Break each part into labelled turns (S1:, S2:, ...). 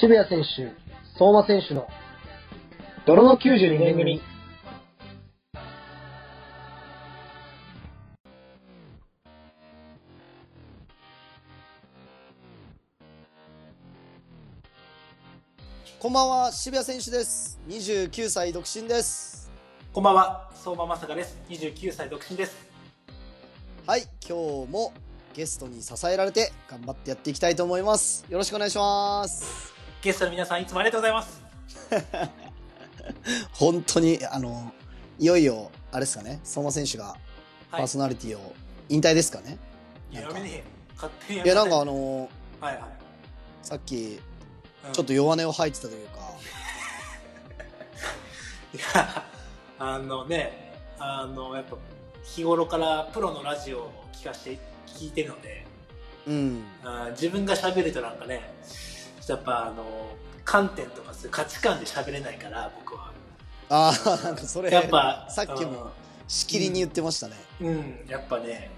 S1: 渋谷選手、相馬選手の泥の92年組。
S2: こんばんは、渋谷選手です。29歳独身です。
S3: こんばんは、相馬まさかです。29歳独身です。
S2: はい、今日もゲストに支えられて頑張ってやっていきたいと思います。よろしくお願いします。
S3: ゲストの皆さんいつもありがとうございます。
S2: 本当に、あの、いよいよ、あれですかね、相馬選手がパ
S3: はい。
S2: ーソナリティを引退ですかね。
S3: いや
S2: な
S3: や
S2: んか
S3: めねえよ。勝手にや
S2: い、や、
S3: め
S2: な
S3: なんさい
S2: かあの、
S3: はいはい。
S2: さっき、
S3: うん
S2: ちょっと弱音を吐いてたというか、
S3: いや、 あのね、あの、やっぱ、日頃からプロのラジオを聞かして、聞いてるので、
S2: うん。
S3: あー自分が喋るとなんかね、ちょっとやっぱあの、観点とかそういう価値観で喋れないから、僕は。
S2: ああ、 なんか それ、
S3: やっぱ、
S2: さっきもしきりに言ってましたね。
S3: うん、うん、やっぱね、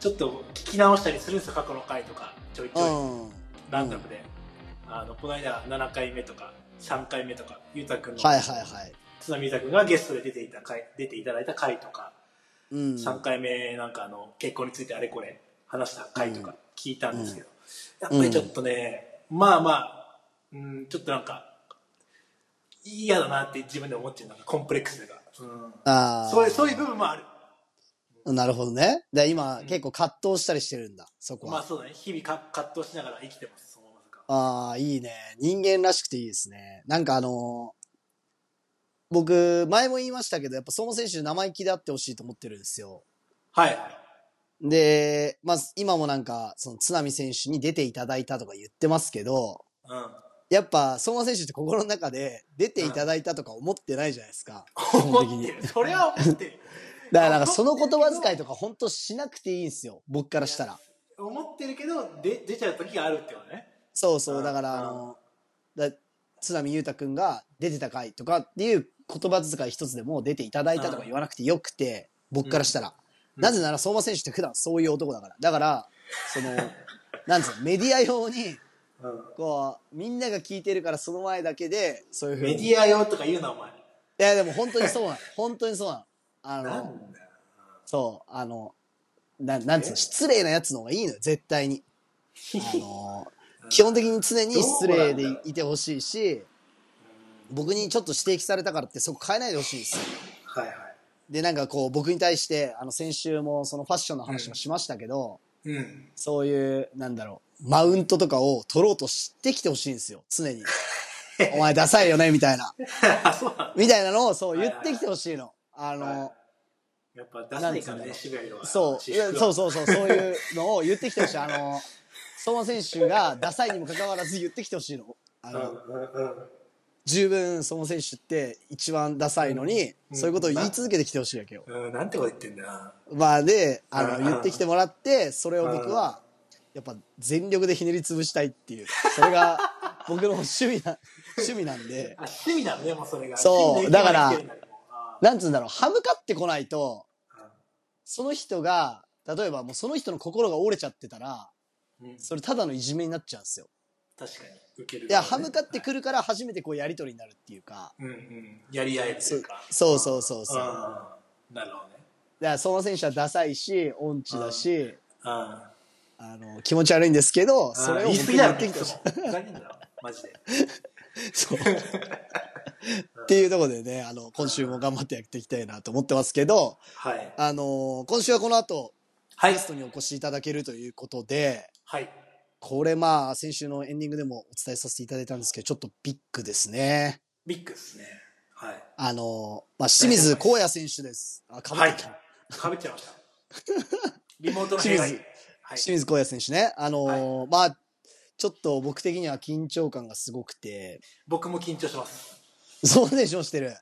S3: ちょっと聞き直したりするんですよ、過去の回とか、ちょいち
S2: う
S3: ょい。
S2: ん。
S3: ランダムで、あのこの間7回目とか3回目とかゆうたくんの、
S2: はいはいはい。
S3: 津波ゆうたくんがゲストで出ていた回出ていただいた回とか、
S2: うん。
S3: 3回目なんかあの結婚についてあれこれ話した回と
S2: う
S3: か
S2: ん
S3: 聞いたんですけど、
S2: うん
S3: やっぱりちょっとね、まあまあ、うん、ちょっとなんか嫌だなって自分で思っちゃうなんかコンプレックスが、うん、
S2: ああ。
S3: そういうそういう部分もある
S2: なるほどね。で、今、
S3: うん
S2: 結構葛藤したりしてるんだ、そこは。
S3: まあそうだね日々か葛藤しながら生きてますそのまさか
S2: ああ、いいね。人間らしくていいですね。なんかあのー僕、前も言いましたけど、やっぱ相馬選手生意気であってほしいと思ってるんですよ。
S3: はいはい
S2: で、まあ、今もなんか、その津波選手に出ていただいたとか言ってますけど、
S3: うん、
S2: やっぱ相馬選手って心の中で出ていただいたとか思ってないじゃないですか。基本
S3: 思っ
S2: 的
S3: て
S2: に。
S3: るそれは思ってる
S2: だからなんかその言葉遣いとか本当しなくていいんですよ。僕からしたら。
S3: 思ってるけどで出ちゃう時があるってことね
S2: そうそう、だから、あ
S3: うん
S2: の、だ津波裕太くんが出てた回とかっていう言葉遣い一つでもう出ていただいたとか言わなくてよくて、僕からしたら。
S3: うん
S2: なぜなら相馬選手って普段そういう男だから。だから、そ の、なんつうの、メディア用に、
S3: う
S2: こう、みんなが聞いてるからその前だけで、そういうふ
S3: ん
S2: う
S3: メ
S2: に。
S3: デ
S2: い
S3: ィア用とか言うなお前
S2: や、でも本当にそうなの。 本当にそうなの。あ
S3: な
S2: の、
S3: んだよ
S2: そう、あの、ななんつうの、失礼なやつの方がいいのよ、絶対 に。あのー基本的に常に失礼でいてほしいし、僕にちょっと指摘されたからってそこ変えないでほしいんですよ。
S3: はいはい
S2: で、なんかこう僕に対して、あの先週もそのファッションの話もしましたけど、
S3: うん
S2: そういう、なんだろう、マウントとかを取ろうとしてきてほしいんですよ、常に。 お前ダサいよね、みたいな。
S3: あそうなん
S2: みたいなのをそう言ってきてほしいの。あの
S3: だ、
S2: ー
S3: やっぱ出さないから
S2: なん
S3: ね
S2: つ
S3: 渋谷色は
S2: そう、いやそうそうそう、そういうのを言ってきてほしい。あの、相馬選手がダサいにもかかわらず言ってきてほしいの。あ
S3: うん
S2: の、
S3: うんうん
S2: 十分相馬選手って一番ダサいのに、
S3: うん
S2: そういうことを言い続けてきてほしいわけよ。
S3: うん、なんてこと言ってんだな
S2: まあで、あ
S3: う
S2: の、
S3: ん
S2: 言ってきてもらって、それを僕は、やっぱ全力でひねり潰したいっていう、それ が僕の趣味な、趣味なんで、
S3: あ趣味なのねもうそれが
S2: そう
S3: 趣味の域ま
S2: だか
S3: で
S2: ら
S3: 来てるんねもうあ
S2: なんつうんだろう、歯向かってこないと、
S3: あ
S2: その人が、例えばもうその人の心が折れちゃってたら、
S3: うん確
S2: それただのいじめになっちゃうんですよ。
S3: かに受ける
S2: いや、歯向かってくるから初めてこうやりとりになるっていうか、
S3: うんうんやり合えると
S2: そ
S3: いううか
S2: そうそうそうそう。だか
S3: うんなるほどね
S2: ら、その選手はダサいし、音痴だし、
S3: うん
S2: あの、気持ち悪いんですけど、それを
S3: 言い
S2: 僕に
S3: 過ぎだ
S2: 言
S3: ろ
S2: ってきてほしい
S3: いつもふざけんなよマジで
S2: そう。っていうところでね、あの、今週も頑張ってやっていきたいなと思ってますけど、
S3: はい
S2: あの、今週はこの後、
S3: は
S2: ゲ
S3: い
S2: ストにお越しいただけるということで、
S3: はい
S2: これまあ、先週のエンディングでもお伝えさせていただいたんですけど、ちょっとビッグですね。
S3: ビッグですね。はい。
S2: あの、まあ、清水光也選手です。あ、かぶってた。
S3: かぶっちゃいました。リモートの部屋に。はい。
S2: 清水光也選手ね。あのーまあ、ちょっと僕的には緊張感がすごくて、
S3: 僕も緊張してます。
S2: そうでしょ、してる。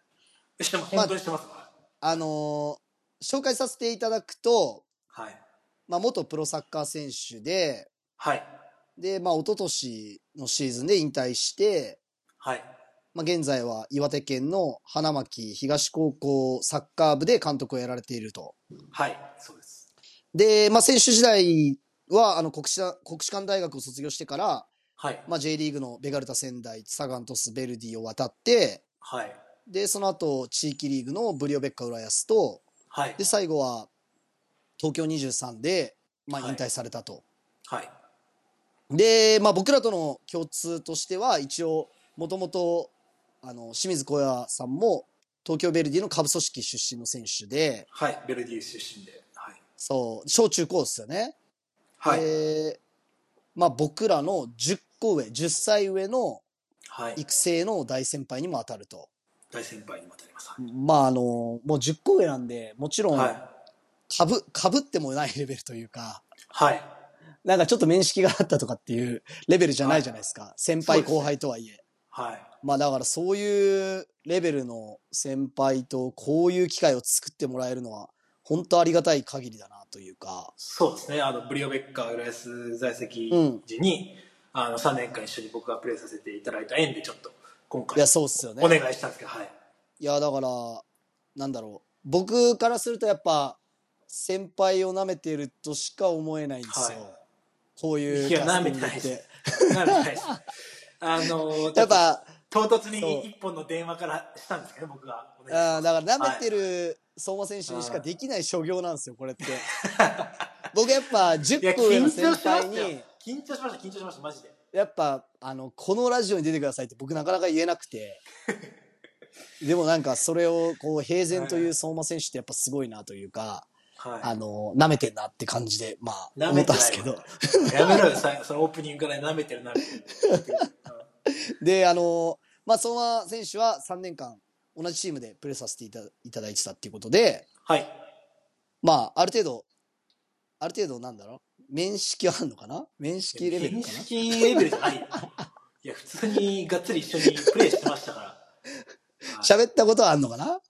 S3: してます本当にしてます。
S2: あのー紹介させていただくと、
S3: はい。
S2: まあ、元プロサッカー選手で、
S3: はい。
S2: で、まあ、一昨年のシーズンで引退して、
S3: はい。
S2: まあ、現在は岩手県の花巻東高校サッカー部で監督をやられていると。
S3: はい、そうです。
S2: で、まあ、選手時代は、あの、国士大国士舘大学を卒業してから、
S3: はい、
S2: まあ、J リーグのベガルタ仙台、サガン鳥栖、ベルディを渡って、
S3: はい、
S2: で、その後、地域リーグのブリオベッカ浦安と、
S3: はい
S2: で、、最後は、東京23で、まあ、
S3: はい
S2: 引退されたと。
S3: はい、
S2: で、まあ、僕らとの共通としては、一応、もともと、あの、清水小屋さんも、東京ベルディの下部組織出身の選手で、
S3: はい、ベルディ出身で。はい、
S2: そう、小中高ですよね。
S3: はい、
S2: でまあ、僕らの10個上、10歳上の
S3: はい、
S2: 育成の大先輩にも当たると。
S3: 大先輩にも当たります。は
S2: まあ、あの、もう10個上なんで、もちろ
S3: い、
S2: ん、
S3: は
S2: か
S3: い、
S2: ぶ、かぶってもないレベルというか、
S3: はい、
S2: なんかちょっと面識があったとかっていうレベルじゃないじゃないですか。先輩
S3: そうですね
S2: 後輩とはいえ。
S3: はい、
S2: まあだからそういうレベルの先輩とこういう機会を作ってもらえるのは本当ありがたい限りだなというか。
S3: そうですね、あのブリオベッカー浦安在籍時に、あの3年間一緒に僕がプレーさせていただいた縁で、ちょっと今
S2: い
S3: 回
S2: や、、そうっすよね。
S3: お願いしたんですけど、はい、
S2: いや、だから、なんだろう。僕からするとやっぱ先輩を舐めてるとしか思えないんですよ。
S3: はい
S2: こういう
S3: いや
S2: キャスティング
S3: 舐めてないっす
S2: って
S3: なるほどはいあの
S2: やっぱ、
S3: ちょっと唐突
S2: そう
S3: に一本の電話からしたんですけど、僕が。お願いします
S2: あーだから舐めてる相馬選手にしかできない所業なんですよ、これって。僕やっぱ
S3: いや、
S2: 10個上
S3: 緊
S2: の
S3: 張しま
S2: 先
S3: したよ
S2: 輩に、
S3: 緊張しました、緊張しました、マジで。
S2: やっぱ、あの、このラジオに出てくださいって僕なかなか言えなく て。でもなんかそれをこう平然という相馬選手ってやっぱすごいなというか、あ
S3: は
S2: の、舐めてんなって感じで、まあ、
S3: い。舐
S2: 思
S3: め
S2: った
S3: て
S2: んで
S3: な
S2: す
S3: い
S2: けど。
S3: やめろよ、さそのオープニングから舐めてる、舐めてる。
S2: で、あの、まあ相馬選手は3年間同じチームでプレーさせていたいただいてたっていうことで、
S3: はい。
S2: まあ、ある程度、ある程度なんだろう面識はあるのかな面識レベルかな
S3: 認識レベルじゃないよ。いや、普通にがっつり一緒にプレイしてましたから。
S2: 喋ったことはあるのかな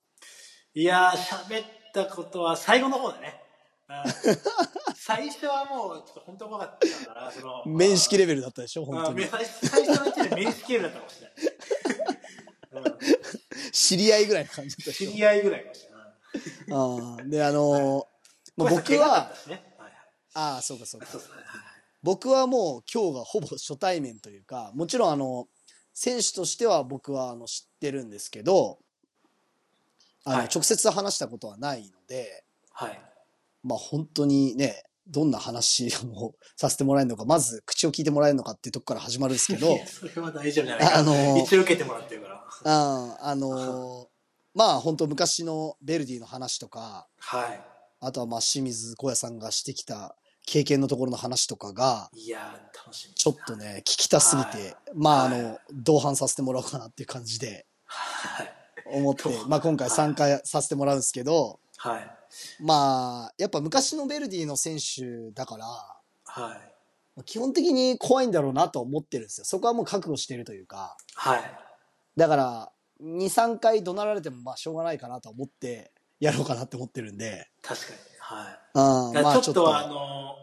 S2: い
S3: やー、喋ったことは最後の方だね。うん最初はもう、ちょっと本当怖かったから、その。
S2: 面識レベルだったでしょ
S3: うん
S2: 本当に。
S3: 最最初のうちで面識レベルだったかもしれない。うん
S2: 知り合いぐらいの感じだったで
S3: 知
S2: しょ
S3: り合いぐらいかもしれない。
S2: ああ、で、あのーまあ、
S3: 声
S2: 僕
S3: 先がかっ
S2: は
S3: た、しねはいはい
S2: ああ、そうかそうか
S3: そ。うですねはいはい
S2: 僕はもう今日がほぼ初対面というか、もちろんあの、選手としては僕はあの知ってるんですけど、あの、
S3: はい
S2: 直接話したことはないので、
S3: はい。
S2: まあ本当にね、どんな話をさせてもらえるのか、まず口を聞いてもらえるのかっていうとこから始まるんです けど
S3: いや、それは大丈夫じゃないか。
S2: あのー
S3: 一応受けてもらってるから。
S2: ああのーまあ本当昔のベルディの話とか、
S3: は
S2: あとはまあ清水小屋さんがしてきた経験のところの話とかが、
S3: い。いやー、楽しみ。
S2: ちょっとね、聞きたすぎて、
S3: はい
S2: まあ、あ
S3: は
S2: の、同伴させてもらおうかなっていう感じで
S3: はい。
S2: 思って
S3: 同伴、
S2: まあ今回参加させてもらうんですけど、
S3: はい。
S2: まあ、やっぱ昔のベルディの選手だから、
S3: はい。
S2: 基本的に怖いんだろうなと思ってるんですよ。そこはもう覚悟してるというか、
S3: はい。
S2: だから、2、3回怒鳴られても、まあしょうがないかなと思って、やろうかなって思ってるんで、
S3: 確かに。はい。
S2: あま
S3: だから
S2: あ
S3: ちょっとは、あの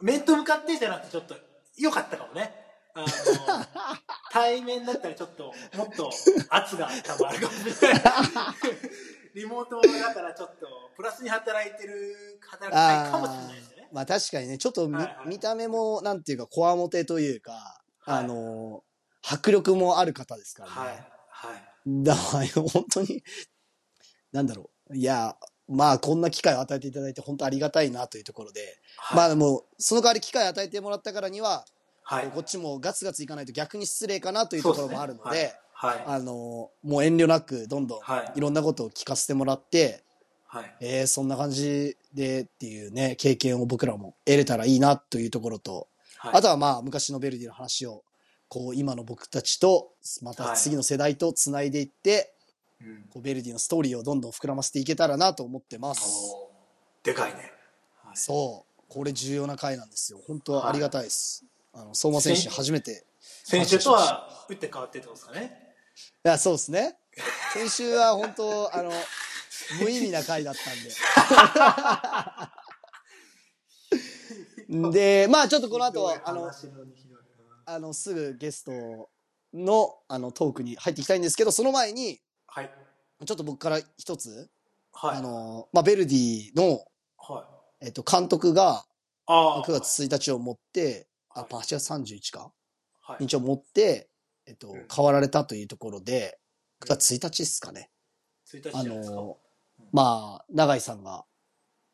S3: ー、面と向かってじゃなくて、ちょっと、良かったかもね。 あのー、対面だったらちょっと、もっと圧が多分あるかもしれない。 リモートだからちょっと、プラスに働いてる、働きたいかもしれないですよね。
S2: まあ確かにね、ちょっとみ
S3: はいはい
S2: 見た目も、なんていうか、こわもてというか、
S3: はい
S2: あの、迫力もある方ですからね。
S3: はい。はい。
S2: だから、本当に、なんだろう。いや、まあ、こんな機会を与えていただいて、本当ありがたいなというところで、
S3: はい
S2: まあ、でも、その代わり機会を与えてもらったからには、
S3: はい
S2: こ。っちもガツガツいかないと逆に失礼かなというところもあるので、
S3: そうすねはい。はい
S2: あの、もう遠慮なく、どんどん
S3: はい、
S2: いろんなことを聞かせてもらって、
S3: はい。
S2: えーそんな感じでっていうね、経験を僕らも得れたらいいなというところと、
S3: はい
S2: あとはまあ昔のベルディの話を、こう今の僕たちと、また次の世代と繋いでいって、
S3: うん
S2: こうベルディのストーリーをどんどん膨らませていけたらなと思ってま
S3: あ
S2: す。
S3: のでかいね。はい
S2: そう。これ重要な回なんですよ。本当はありがたいです。あの、相馬選手
S3: 選
S2: 初めて。
S3: 先週とは打って変わってってことですかね。
S2: いや、そうですね。先週は本当、 あの、無意味な回だった んで。で、まあちょっとこの後は、あの、
S3: 話の広いな
S2: あの、すぐゲストをの、あの、トークに入っていきたいんですけど、その前に、
S3: はい。
S2: ちょっと僕から一つ、
S3: はい。
S2: あの、まあ、ベルディの、
S3: はい。
S2: えっと、監督が
S3: ああ。
S2: 9月1日をもって、あ、
S3: はい
S2: 8月31か
S3: はい。
S2: 日をもって、えっと
S3: うん、
S2: 変わられたというところで、9月1日ですかね。
S3: 1日じゃ
S2: あ
S3: ないですか。
S2: の、まあ、永井さんが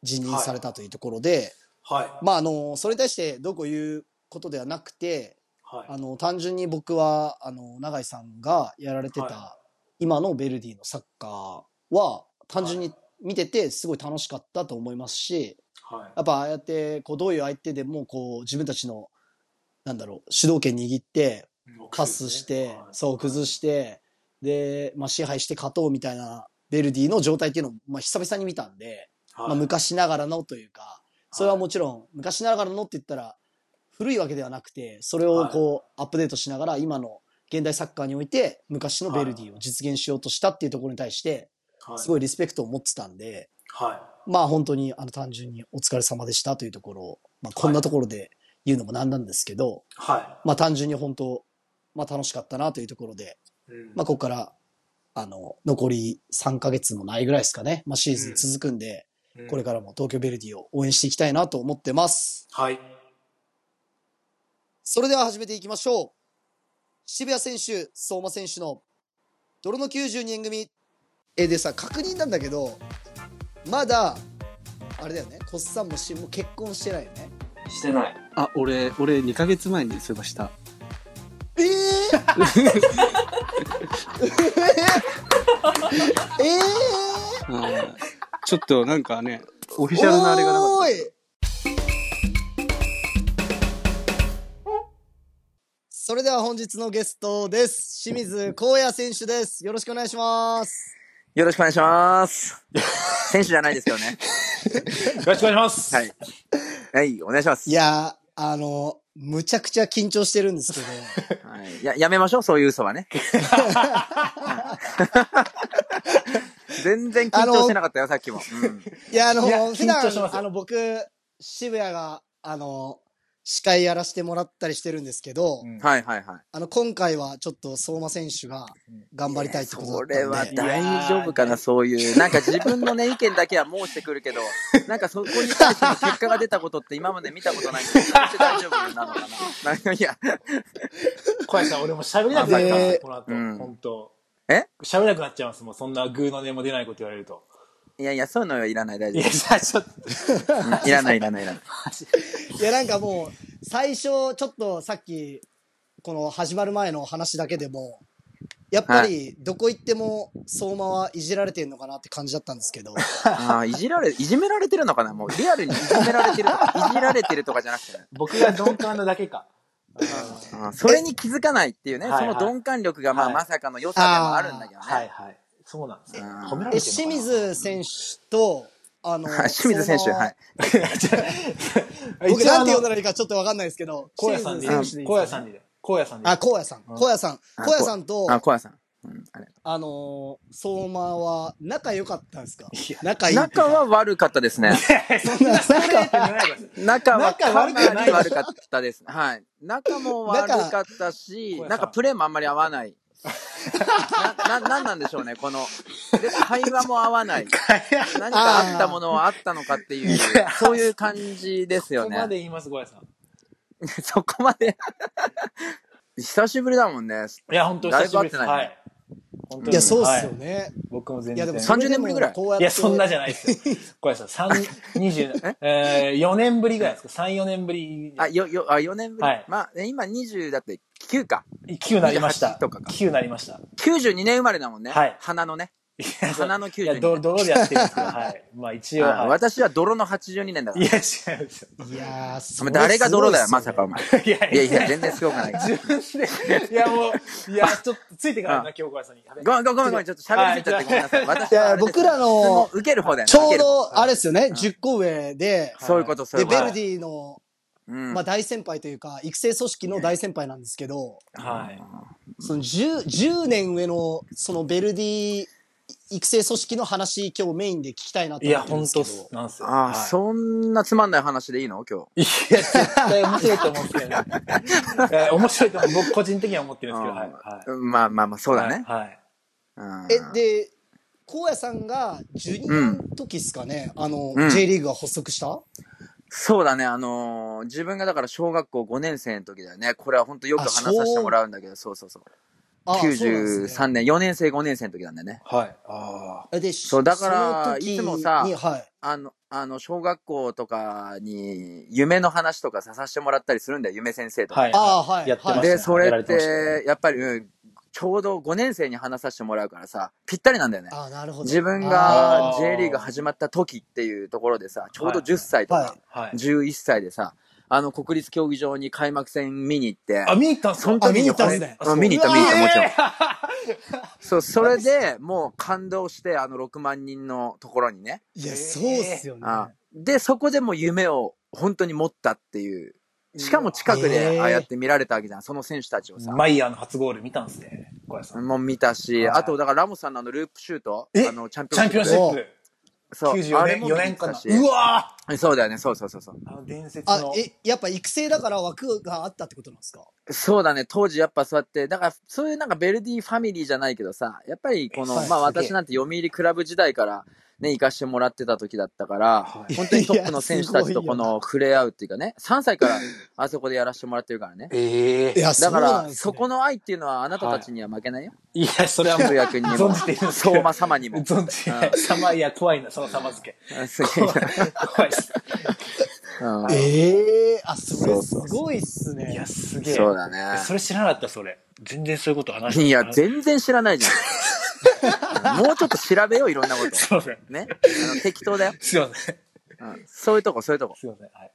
S2: 辞任されたというところで、
S3: はい。
S2: まあ、あの、それに対してどうこう言うことではなくて、
S3: はい。
S2: あの、単純に僕は、あの、永井さんがやられて
S3: は
S2: た、今のベルディのサッカーは、単純に見ててすごい楽しかったと思いますし、
S3: はい。
S2: やっぱああやって、こう、どういう相手でも、こう、自分たちの、なんだろう、主導権握って、
S3: うん
S2: パスして、そう、崩
S3: て。
S2: して、で、まあ、支配して勝とうみたいな、ベルディの状態っていうのを、まあ、久々に見たんで、
S3: はい
S2: まあ、昔ながらのというか、それはも
S3: い
S2: ちろん、昔ながらのって言ったら、古いわけではなくて、それをこう、アップデートしながら、今の現代サッカーにおいて、昔のベルディを実現しようとしたっていうところに対して、
S3: は
S2: すごい
S3: い。
S2: リスペクトを持ってたんで、
S3: は
S2: まあ本当に、あの、単純にお疲れ様でしたというところを、まあこんなところで言うのもなんなんですけど、
S3: い。は
S2: まあ単純に本当、まあ楽しかったなというところで、
S3: い。うん
S2: まあここから、あの、残り3ヶ月もないぐらいですかね、まあシーズン続くんで、
S3: うん
S2: これからも東京ベルディを応援していきたいなと思ってます。
S3: はい。
S2: それでは始めていきましょう。渋谷選手、相馬選手の泥の92年組。え、でさ、確認なんだけど、まだ、あれだよね、コスさんもしもう結婚してないよね。
S4: してない。
S5: あ、俺、俺、2ヶ月前にそういえばした。
S2: えー、えー、
S5: うんちょっとなんかね、オフィ
S2: え
S5: シャルなあれがなか
S2: おー
S5: った。
S2: いそれでは本日のゲストです。清水光也選手です。よろしくお願いします。
S4: よろしくお願いし ます。選手じゃないですけどね。
S3: よろしくお願いします
S4: はい。はい、お願いします。
S2: いやー、あの、むちゃくちゃ緊張してるんですけど、
S4: はい、や、やめましょう、そういう嘘はね。全然緊張してなかったよ、さっきも。うん
S2: いや、あの、
S3: いや
S2: 普
S3: 緊張します
S2: 段、
S3: よ
S2: あの、僕、渋谷が、あの、司会やらせてもらったりしてるんですけど、
S3: うん
S4: はいはいはい。
S2: あの、今回はちょっと相馬選手が頑張りたいってことだ
S4: そ
S2: ったんで。
S4: れは大丈夫か
S3: いや
S4: な、そういう。なんか自分のね、意見だけは申してくるけど、なんかそこに対しての結果が出たことって今まで見たことないんで、それって大丈夫なのかな。 なんかいや、
S3: 小林さん、俺もう喋れなくなっちゃいます
S2: で
S3: この後、
S4: うん
S3: 本当。
S4: え
S3: 喋れなくなっちゃいます。もうそんなグーの音も出ないこと言われると。
S4: いやいや、そういうのはいらない、大
S3: い
S4: 丈
S3: や、さちょっと。
S4: 夫。うんいらない、いらない、いらない。
S2: いやなんかもう最初ちょっとさっきこの始まる前の話だけでもやっぱりどこ行っても相馬はいじられてんのかなって感じだったんですけ ど
S4: ああ、いじられ、いじめられてるのかなもうリアルにいじめられてると か、いじられてるとかじゃなくてね。
S3: 僕が鈍感なだけ か。うん
S4: あーそれに気づかないっていうね、
S3: はい
S4: その鈍感力が、まあ、
S3: はい
S4: まさかの良さでもあるんだけどね。
S3: はいはい。そうなんですね。
S4: うん
S3: 褒めら
S2: え
S3: れてる
S2: 清水選手とあの
S4: 清水選手、
S2: 相馬
S4: はい。
S2: 僕なんて呼んだ
S3: だ
S2: らいいかちょっとわかんないですけど
S3: 高野さんでいい
S2: 清
S3: で
S2: 水
S3: す
S2: 選手
S3: か。
S2: でいいです
S3: 高
S2: か
S3: 野さんで。高野さんで。
S2: あ高野さん
S3: うん
S2: 高野さん
S4: あ
S2: 高野さんと
S4: あ、小谷さん。うん、あれ
S2: あの相馬は仲良かったんですか
S3: いや
S2: 仲いい
S4: 仲は悪かったですね。 仲は
S3: 仲
S4: か
S3: 悪
S4: な
S3: くない
S4: り悪かったです。はい。仲も悪かったし、
S3: 仲
S4: なんかプレーもあんまり合わ ない。な、な、なんなんでしょうね、この。で会話も合わない。何かあったものはあったのかっていう、そういう感じです
S3: そ
S4: よ
S3: こま
S4: ね。
S3: で言います、高野さん。
S4: そこまで。 久しぶりだもんね。
S3: いや、本当久しぶりです。
S4: だいぶ
S3: は
S4: 会っ
S3: い。本当に
S2: いやそうっすよ
S3: はい
S2: ね、
S3: 僕も全
S2: い、
S3: 然。
S2: やでも
S4: 30年ぶりぐらい
S2: それでもこうやっ
S3: い
S2: て
S3: や、そんなじゃないですよ。小林さん、三、二十、 えー、4年ぶりぐらいですか ?3、4年ぶり。
S4: あ、よ、よ、あ、4年ぶり。
S3: はい
S4: まあ、ね今20だって9か。
S3: 9なりました
S4: 28とか。か
S3: 9なりました。
S4: 92年生まれだもんね。
S3: はい
S4: 花のね。
S3: いや
S4: 花の92
S3: いや、泥泥でやってるんですけど、はい。まあ一応。
S4: あ
S3: はい
S4: 私は泥の82年だか
S3: い
S4: ら。
S3: や、違うんですよ。
S2: いやーそ
S4: お前
S2: れ
S4: 誰が泥だよ、
S2: すご
S4: ま
S2: いっす
S4: さ
S2: ね
S4: かお前。
S3: いや
S4: いやいや、全然すごくない。ご
S3: 自分で、いやもう、いや、ちょっとついてからな、今日小林さんに。やべ
S4: めんごめんごめんごめん、ちょっと喋りすぎちゃってごめんなさい。私
S2: い
S4: はあ
S2: や
S4: れです
S2: 僕らの
S4: 受ける方だよね。
S2: ちょ
S4: 受
S2: う
S4: ける方
S2: ど、あれですよね、10個上で、
S4: そういうこと、そうい
S2: で、
S4: うこ
S2: ベ
S4: と。
S2: ルディの、
S4: うん
S2: まあ、大先輩というか、育成組織の大先輩なんですけど、
S3: はい。
S2: その10、10年上の、そのベルディ育成組織の話、今日メインで聞きたいなと思
S3: い
S2: っ
S3: や、
S2: てるん
S3: 本
S2: ですけ
S3: 当っ
S2: ど。
S3: す。なんすよ。
S4: ああ、
S3: はい
S4: そんなつまんない話でいいの今日。
S3: いや、絶対面白いと思うんですけどね。えー面白いと思う僕個人的には思ってるんですけど、はい。はい
S4: うんまあまあまあ、そうだね。
S3: はいはい。
S4: うん
S2: え、で、荒野さんがジュニアの時ですかね、あの、
S4: うん
S2: J リーグが発足した
S4: そうだね、あのー自分がだから小学校5年生の時だよね。これは本当よく話させてもらうんだけど、そうそうそう。
S2: あそうなんです
S4: 93
S2: ね
S4: 年、4年生、5年生の時なんだよね。
S3: はい。あ
S2: えで、
S4: そうだから
S2: その時に
S4: いつもさ
S2: はい。
S4: あの、あの、小学校とかに夢の話とかささせてもらったりするんだよ、夢先生
S3: あ。
S4: とか。
S3: はい。
S2: あーはい
S3: やってましたね。
S4: で、それ
S3: やら
S4: っ
S3: ましたね
S4: て、やっぱり、うんちょうど5年生に話させてもらうからさ、ぴったりなんだよね。
S2: あーなるほど。
S4: 自分
S2: あ
S4: が
S3: あー
S4: J リーグ始まった時っていうところでさ、ちょう
S3: は
S4: ど
S3: い
S4: 10歳と
S2: は
S4: か、
S3: はい。
S4: 11歳でさ、あの、国立競技場に開幕戦見に行って、
S3: あ、見に行ったんすか
S4: その時に
S2: あ見に行ったん
S4: 俺
S2: すね
S4: うん見に行った、見に行った、もちろん。
S3: ろ
S4: そう、それでもう感動して、あの6万人のところにね。
S2: ーいや、そうっすよね。
S4: あで、そこでもう夢を本当に持ったっていう。しかも近く
S2: え
S4: で
S2: ー
S4: ああやって見られたわけじゃん、その選手たちをさ。
S3: マイヤーの初ゴール見たんすね。小林さん。
S4: もう見たし、
S3: はい
S4: あと、だからラモスさんのあのループシュート、
S3: え
S4: あのチャンピ
S3: チャンピオンシップ。
S4: そう
S3: 94
S4: あれ
S3: 年、
S4: も
S3: 4
S4: 見
S3: 年
S4: てた
S3: 間
S4: し。
S3: うわ
S4: そうだよね、そうそうそうそう。
S3: ーあの伝説
S2: あ
S3: の。
S2: え、やっぱ育成だから枠があったってことなんですか
S4: そうだね、当時やっぱそうやって、だからそういうなんかベルディファミリーじゃないけどさ、やっぱりこの、
S2: はい
S4: まあ
S3: すげえ
S4: 私なんて読売クラブ時代からね、行かしてもらってた時だったから、本当にトップの選手たち
S2: いや
S4: とこ
S2: すごい
S4: の触れ合うっていうかね、3歳からあそこでやらせてもらってるからね。
S3: え
S2: い
S3: え。
S2: や、
S4: だか
S2: うなんで
S4: ら、
S2: すね
S4: そこの愛っていうのはあなたたちには負けないよ。
S3: いや、それはもう
S4: 通、訳にも、
S3: 存じているんですけど
S4: 相馬様にも。
S3: 存じない。さま、いや、怖いな、その様付け。
S4: あすげえ
S3: 怖い。怖いっす。
S4: うん
S2: ええあ、それ
S4: そう
S2: す
S4: そう
S2: ごいっすね。
S3: いや、すげえ。
S4: そうだ
S3: え
S4: ね。
S3: それ知らなかった、それ。全然そういうこと話して
S4: いや、全然知らないじゃん。もうちょっと調べよう、いろんなこ
S3: すいません。
S4: と。ね。あの適当だよ、
S3: すいません。
S4: うんそういうとこ、そういうとこ。
S3: すいません。はい。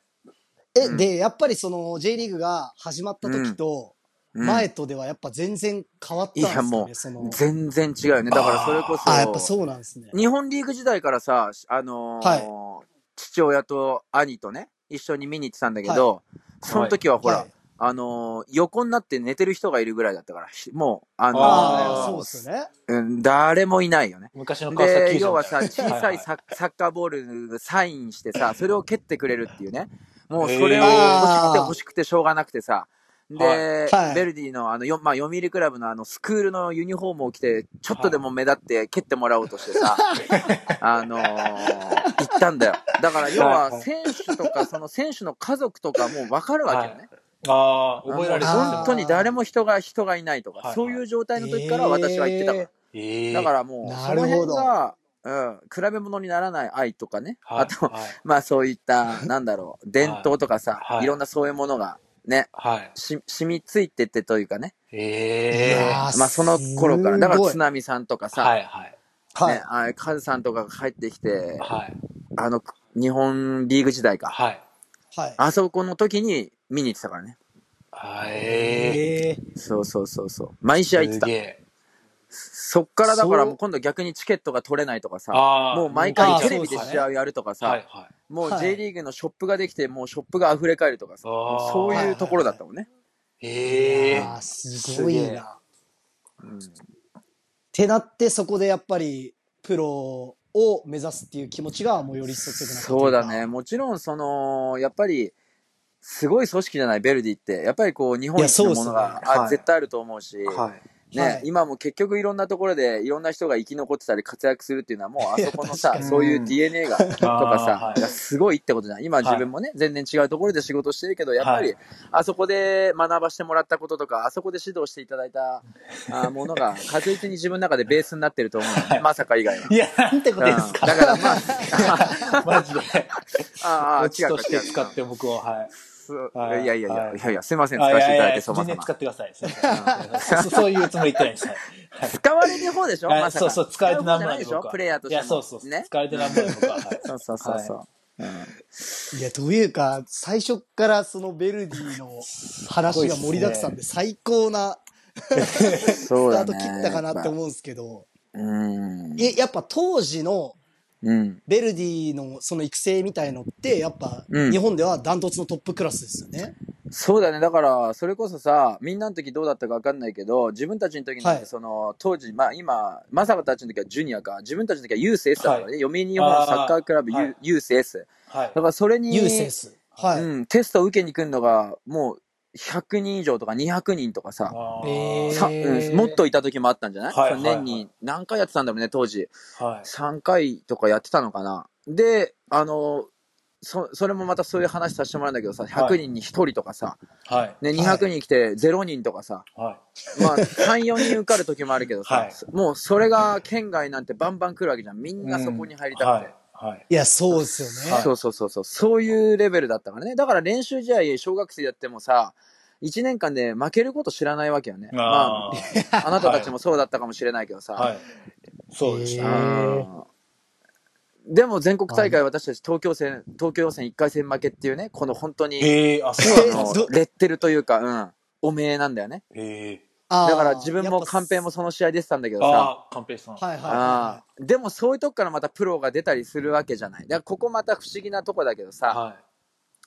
S2: え、で、やっぱりその J リーグが始まった時と、
S4: うん
S2: 前とではやっぱ全然変わったんです
S4: いや
S2: よ
S4: も
S2: ね、
S4: う
S2: その。
S4: 全然違うよね。だからそれこそ、
S2: あ、やっぱそうなんですね。
S4: 日本リーグ時代からさ、あのー父親と兄とね、一緒に見に行ってたんだけど、その時はほら、
S2: はい
S4: あのー横になって寝てる人がいるぐらいだったから、ひもう、あのー
S2: ああ、
S3: あー
S2: そうっすよね。
S4: うん、誰もいないよね。
S3: 昔の川崎
S4: で、
S3: 球場
S4: 要
S3: み
S4: は
S3: た
S4: さ、
S3: いな
S4: 小さいサッサッカーボールサインしてさ、それを蹴ってくれるっていうね。もうそれを
S3: へー
S4: 欲しくて欲しくてしょうがなくてさ。で、
S2: はいはい
S4: ベルディのあの、よまあ、読売クラブのあの、スクールのユニフォームを着て、ちょっとでも目立って蹴ってもらおうとしてさ、あのー行ったんだよ。だから要
S3: はいは
S4: は、
S3: い
S4: 選手とか、その選手の家族とかもうわかるわけよね。
S3: ああ、覚えられて
S4: あの
S2: ますね
S4: 本当に誰も人が、人がいないとか、
S3: はいはい
S4: そういう状態の時から私は行ってたから。
S3: え
S4: だからもう、
S2: な
S4: そ
S2: る
S4: の
S2: ほ
S4: 辺
S2: ど
S4: が、うん、比べ物にならない愛とかね、
S3: はい
S4: あと、
S3: はい
S4: まあそう いった、なんだろう、伝統とかさ、
S3: はい
S4: い、ろんなそういうものがね、
S3: はい。
S4: し染みついてってというかね、
S3: え
S2: い
S3: え。
S2: やー
S4: まあその頃から、だか
S2: す
S4: ら
S2: ごい
S4: 津波さんとかさ、
S3: はいはい。
S2: は
S4: ね
S2: い。、
S4: あカズさんとかが帰ってきて、
S3: はい。
S4: あの、日本リーグ時代か、
S3: はい。
S2: はい。
S4: あそこの時に見に行ってたからね。
S3: はい。え
S2: ええ
S4: そうそうそうそう。毎試合行って
S3: す
S4: た
S3: げ。え。
S4: そっからだからも
S2: そう
S4: う今度逆にチケットが取れないとかさ、
S3: あー
S4: もう毎
S2: あ
S4: 回
S2: ー
S4: テレビ
S2: そ
S4: で
S2: うですね
S4: 試合やるとかさ、
S3: はいはい。
S4: もう
S2: はい
S4: J リーグのショップができて、もうショップが溢れ返るとかさ、
S3: あー
S4: そういうところだったもんね。
S3: ええ。
S2: あーすごい
S3: すげえ
S2: な。ってなって、そこでやっぱり、プロを目指すっていう気持ちが、もうより一層強くなったといか
S4: そうだね。。もちろん、その、やっぱり、すごい組織じゃない、ベルディって。やっぱりこう、日本一のもの
S2: いやそうっ、
S4: が
S5: すね
S4: あ
S5: はい
S4: 絶対あると思うし、
S5: はい。
S4: ね、
S2: はい
S4: 今も結局いろんなところでいろんな人が生き残ってたり活躍するっていうのはもうあそこの
S2: いや確か
S4: さ、
S2: に
S4: そういう DNA が、とかさ、
S3: はい
S4: いやすごいってことじゃない今自分もね、全然違うところで仕事してるけど、やっぱり、
S3: は
S4: あそこで学ばしてもらったこととか、あそこで指導していただいたあ ーものが、確実に自分の中でベースになってると思うのね、まさか以外は。
S3: いや、 なんてこと
S4: うん
S3: です
S4: だ
S3: か。
S4: からまあ、
S3: マジで。
S4: あーあ
S3: 落
S4: ー、
S3: ち
S4: 違
S3: と
S4: う
S3: し
S4: か違
S3: て
S4: う
S3: 使って僕を、はい。
S4: か。いやいやいや、
S3: はい
S4: いやいや、すいません、 使
S3: あ
S4: わ
S3: い
S4: せて
S3: やい
S4: いた
S3: や
S4: だいて、
S3: 自
S4: そも
S3: 分
S4: そ
S3: で
S4: も
S3: 使。ってください。すいませんそうそういうつもり言ってないです。はいはい
S4: 使われる方でしょ
S3: あ
S4: まさ
S3: そう
S4: か。
S3: そう、使われて
S4: 使う
S3: なん
S4: 方
S3: も
S4: じゃ
S3: な
S4: ないいでし
S3: 僕
S4: ょ
S3: は
S4: プレイヤーとして
S3: い
S4: も。
S3: や、そうそう。
S4: ね。
S3: 使われてなんもない僕は。はい
S4: そうそうそうそう。うん
S2: いや、というか、最初からそのベルディの話が盛りだくさんで、最高なス
S4: そう
S2: ター
S4: だ
S2: ト
S4: ね。
S2: 切ったかなって思うんですけど、
S4: うん。
S2: いややっぱ当時の
S4: うん。
S2: ベルディのその育成みたいのって、やっぱ
S4: うん
S2: 日本ではダントツのトップクラスですよね。
S4: そうだね。だから、それこそさ、みんなの時どうだったかわかんないけど、自分たちの時に、
S2: はい
S4: その、当時、まあ今、まさかたちの時はジュニアか、自分たちの時はユース S だからね。読売日本サッカークラブユ,、
S3: あーはい
S4: ユース S。
S3: はい
S4: だ。からそれに、
S2: ユーセス。はい。
S4: うん、テストを受けに来るのが、もう、100人以上とか200人とかさ、
S3: あ
S2: え
S3: ー
S4: さ
S2: へー
S4: うんもっといた時もあったんじゃない、
S3: はい
S4: その年
S3: はい
S4: に何回やってたんだろうね、当時。
S3: はい。
S4: 3回とかやってたのかな。で、あの、そそれもまたそういう話させてもらうんだけどさ、100人に1人とかさ、
S3: はい。
S4: ね、200人来て0人とかさ、
S3: はい。
S4: まあ、3、4人受かる時もあるけどさ、
S3: はい
S4: もうそれが県外なんてバンバン来るわけじゃん。みんなそこに入りたくて。
S3: はい。はい。
S2: いや、そうですよね。
S4: そうそうそうそう。そういうレベルだったからね。だから練習試合、小学生やってもさ、1年間で負けること知らないわけよね。ま
S3: あー
S4: あ、あなたたちもそうだったかもしれないけどさ。
S3: はい。そうでし
S4: う
S3: た。
S2: へ
S4: んでも全国大会私たち東京戦、東京予選1回戦負けっていうね、この本当に、
S3: へえ、あ、そう
S4: あ
S2: え
S4: の
S2: ど
S4: レッテルというか、うん、おめえなんだよね。
S3: へえ。
S2: あー
S4: だから自分もカンペも。その試合出てたんだけどさ、
S3: ああ、カンペイさん。
S2: やっぱはいはい
S4: あ
S2: は。
S4: ーでもそういうとこからまたプロが出たりするわけじゃない。だからここまた不思議なとこだけどさ、
S3: はい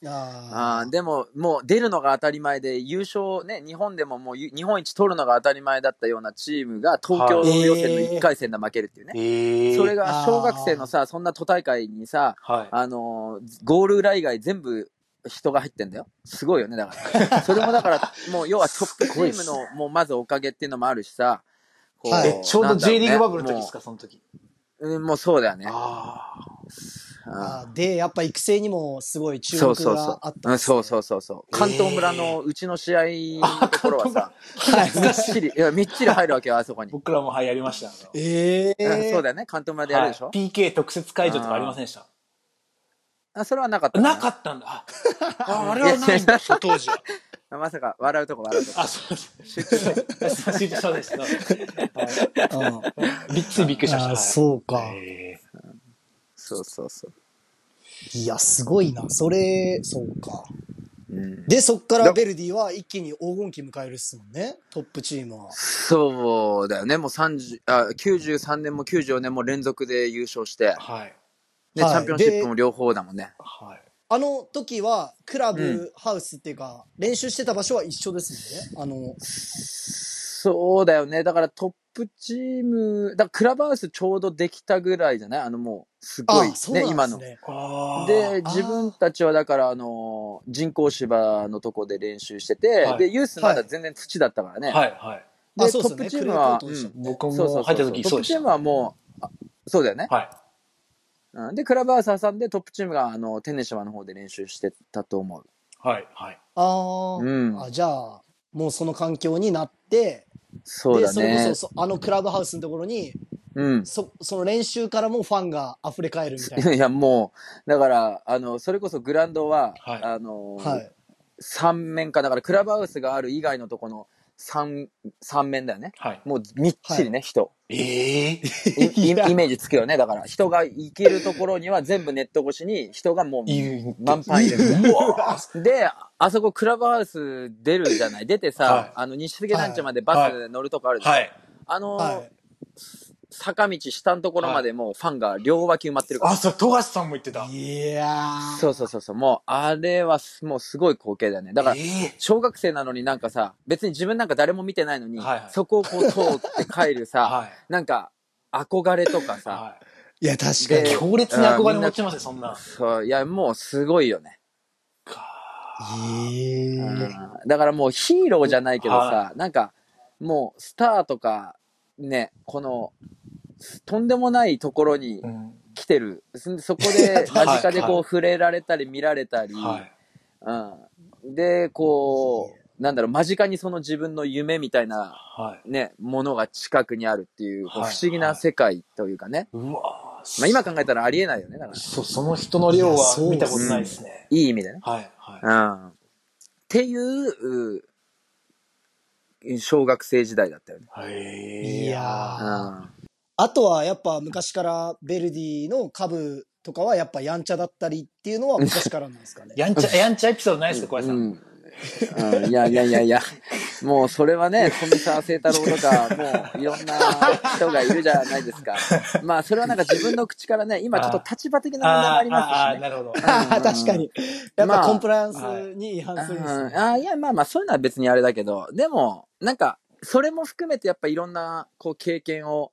S2: あ
S4: あーでも、もう出るのが当たり前で、優勝ね、日本でももうゆ日本一取るのが当たり前だったようなチームが、東京予選の
S2: はい
S4: 1回戦で負けるっていうね。
S3: い。へえ。
S4: それが小学生のさ、そんな都大会にさ、
S3: はい。
S4: あのーゴール裏以外全部人が入ってんだよ。すごいよね、だ から。それもだから、もう要はトップチームの、もうまずおかげっていうのもあるしさ、こ
S2: はい
S3: え、ちょう
S4: な
S3: ど
S4: んだろ
S3: J
S4: ね
S3: リーグバブルの時ですか、その時。
S4: もううん、もうそうだよね。
S3: ああ。
S4: うん
S2: あー。で、やっぱ育成にもすごい注
S4: そう
S2: 目
S4: そう
S2: が
S4: そ
S2: あっ
S4: う。
S2: た
S4: うん
S2: で
S4: ん、
S2: すね。
S4: そうそうそうそう。関東村のうちの試合のところはさ、みっちり、いや、みっちり入るわけよ、あそこに。うん
S3: 僕らもはい、やりました。あの
S2: ええー。
S4: そうだよね、関東村でやるでしょ
S3: はい PK 特設会場とかありませんでした
S4: あそれはなかったね。
S3: なかったんだ。あ、あれはないん だ、当時は。
S4: まさか、笑うとこ笑うとこ。
S3: あ、そうです。集中そうです。はい
S2: うん
S3: びっくりびっくりしました
S2: あー
S3: はい。
S2: そうか。
S3: へ
S4: そうそうそう。
S2: いや、すごいな。それ、そうか。
S4: うん、
S2: で、そっから
S4: だ
S2: ベルディは一気に黄金期迎えるっすもんね。トップチームは。
S4: そうだよね、もう30あ93年も94年も連続で優勝して
S3: ー、はい。
S4: で
S2: はい
S4: チャンピオンシップも両方だもんね。
S3: はい。
S2: あの時は、クラ
S4: う
S2: ブハウスっていうか、練習してた場所は一緒ですもんね。あの、
S4: そうだよね、だからトップチーム、だからクラブハウスちょうどできたぐらいじゃないあのもう、すごい、
S2: あ、そう
S4: ね、
S2: な
S4: 今
S2: んです
S4: の。
S2: ね。
S3: あ
S4: で、
S2: あー
S4: 自分たちはだから、あのー人工芝のとこで練習してて、
S3: はい
S4: で、ユースまだ全然土だったからね。
S3: はいはい。
S4: で、
S2: あ
S4: ト
S2: そうですよね
S4: ップチームは、
S2: クレーコートでしたもんね
S3: 僕
S4: そうそうそ
S3: も
S4: う
S3: 入った時
S4: ト
S3: そ
S4: ッ
S3: う
S4: プ
S3: で
S4: チー
S3: し
S4: ム
S3: た。
S4: はもう、あそうだよね、
S3: はい。
S4: うん。で、クラブハウス挟んでトップチームが、あの、天島の方で練習してたと思う。
S3: はいはい。
S2: あー、
S4: うん
S2: あ、じゃあ、もうその環境になって、
S4: そう
S2: で、
S4: だ
S2: それ
S4: ね
S2: こ。そそ、あのクラブハウスのところに、
S4: うん。
S2: そ、その練習からもファンが溢れ返るみたいな。
S4: いや、もう、だから、あの、それこそグラウンドは、
S3: はい
S4: あのー、
S2: はい。
S4: 3面か、だからクラブハウスがある以外のとこの3、三面だよね。
S3: はい。
S4: もうみっちりね、人。
S3: ええ
S4: イイイメージつくよね。だから、人が行けるところには全部ネット越しに人がもう
S3: ー。
S4: 満杯で。で、あそこクラブハウス出るじゃない出てさ、
S3: はい
S4: あの、西菅団地までバス乗るとこあるじゃん。
S3: はい。
S4: あの、
S2: はい。
S4: 坂道下のところまでもうファンが両脇埋まってるから。
S3: あ、そう、富樫さんも言ってた。
S2: いやー。
S4: そうそうそうそう。もう、あれはすもうすごい光景だよね。だから
S3: え、え
S4: 小学生なのになんかさ、別に自分なんか誰も見てないのに、
S3: はいはい
S4: そこをこう通って帰るさ、
S3: はい。
S4: なんか、憧れとかさ、
S3: はい
S2: いや、確か
S4: で
S2: に。
S3: い。強烈に憧れ持ちますよ、そんな。
S4: そういや、もうすごいよね。
S2: え
S4: う
S2: ー
S4: んだからもうヒーローじゃないけど
S3: は
S4: さ、なんか、もうスターとか、ね、この、とんでもないところに
S3: うん
S4: 来てる。そそこ で
S3: はい
S4: 間近でこ
S3: は
S4: う
S3: い
S4: 触れられたり見られたり、
S3: はい。
S4: うん、で、こう、なんだろう、間近にその自分の夢みたいな、
S3: はい。
S4: ね、ものが近くにあるっていう、こう
S3: はい
S4: 不思議な世界というかね。
S3: うわー
S4: まあ今考えたらありえないよね。だから、
S3: そう、その人の量
S2: いや
S3: は
S2: そう
S3: 見たことないですね。
S4: いい意味でね。
S3: はい、はい。
S4: うん。っていう、う小学生時代だったよね。
S3: はい
S2: いや
S4: う
S2: ー
S4: ん。
S2: あとはやっぱ昔からベルディの株とかはやっぱやんちゃだったりっていうのは昔からなんですかね。
S3: やんちゃ、やんちゃエピソードないですか、小林さん。
S4: うんうんいやいやいやいや、もうそれはね、富澤清太郎とか、もういろんな人がいるじゃないですか。まあ、それはなんか自分の口からね、今ちょっと立場的な問題もありますしね。
S3: なるほど。
S2: ああ、確かに。やっぱ
S4: まあ
S2: コンプライアンスに違反するんですね。
S4: うんあーいや、まあまあ、そういうのは別にあれだけど、でも、なんか、それも含めてやっぱいろんな、こう、経験を、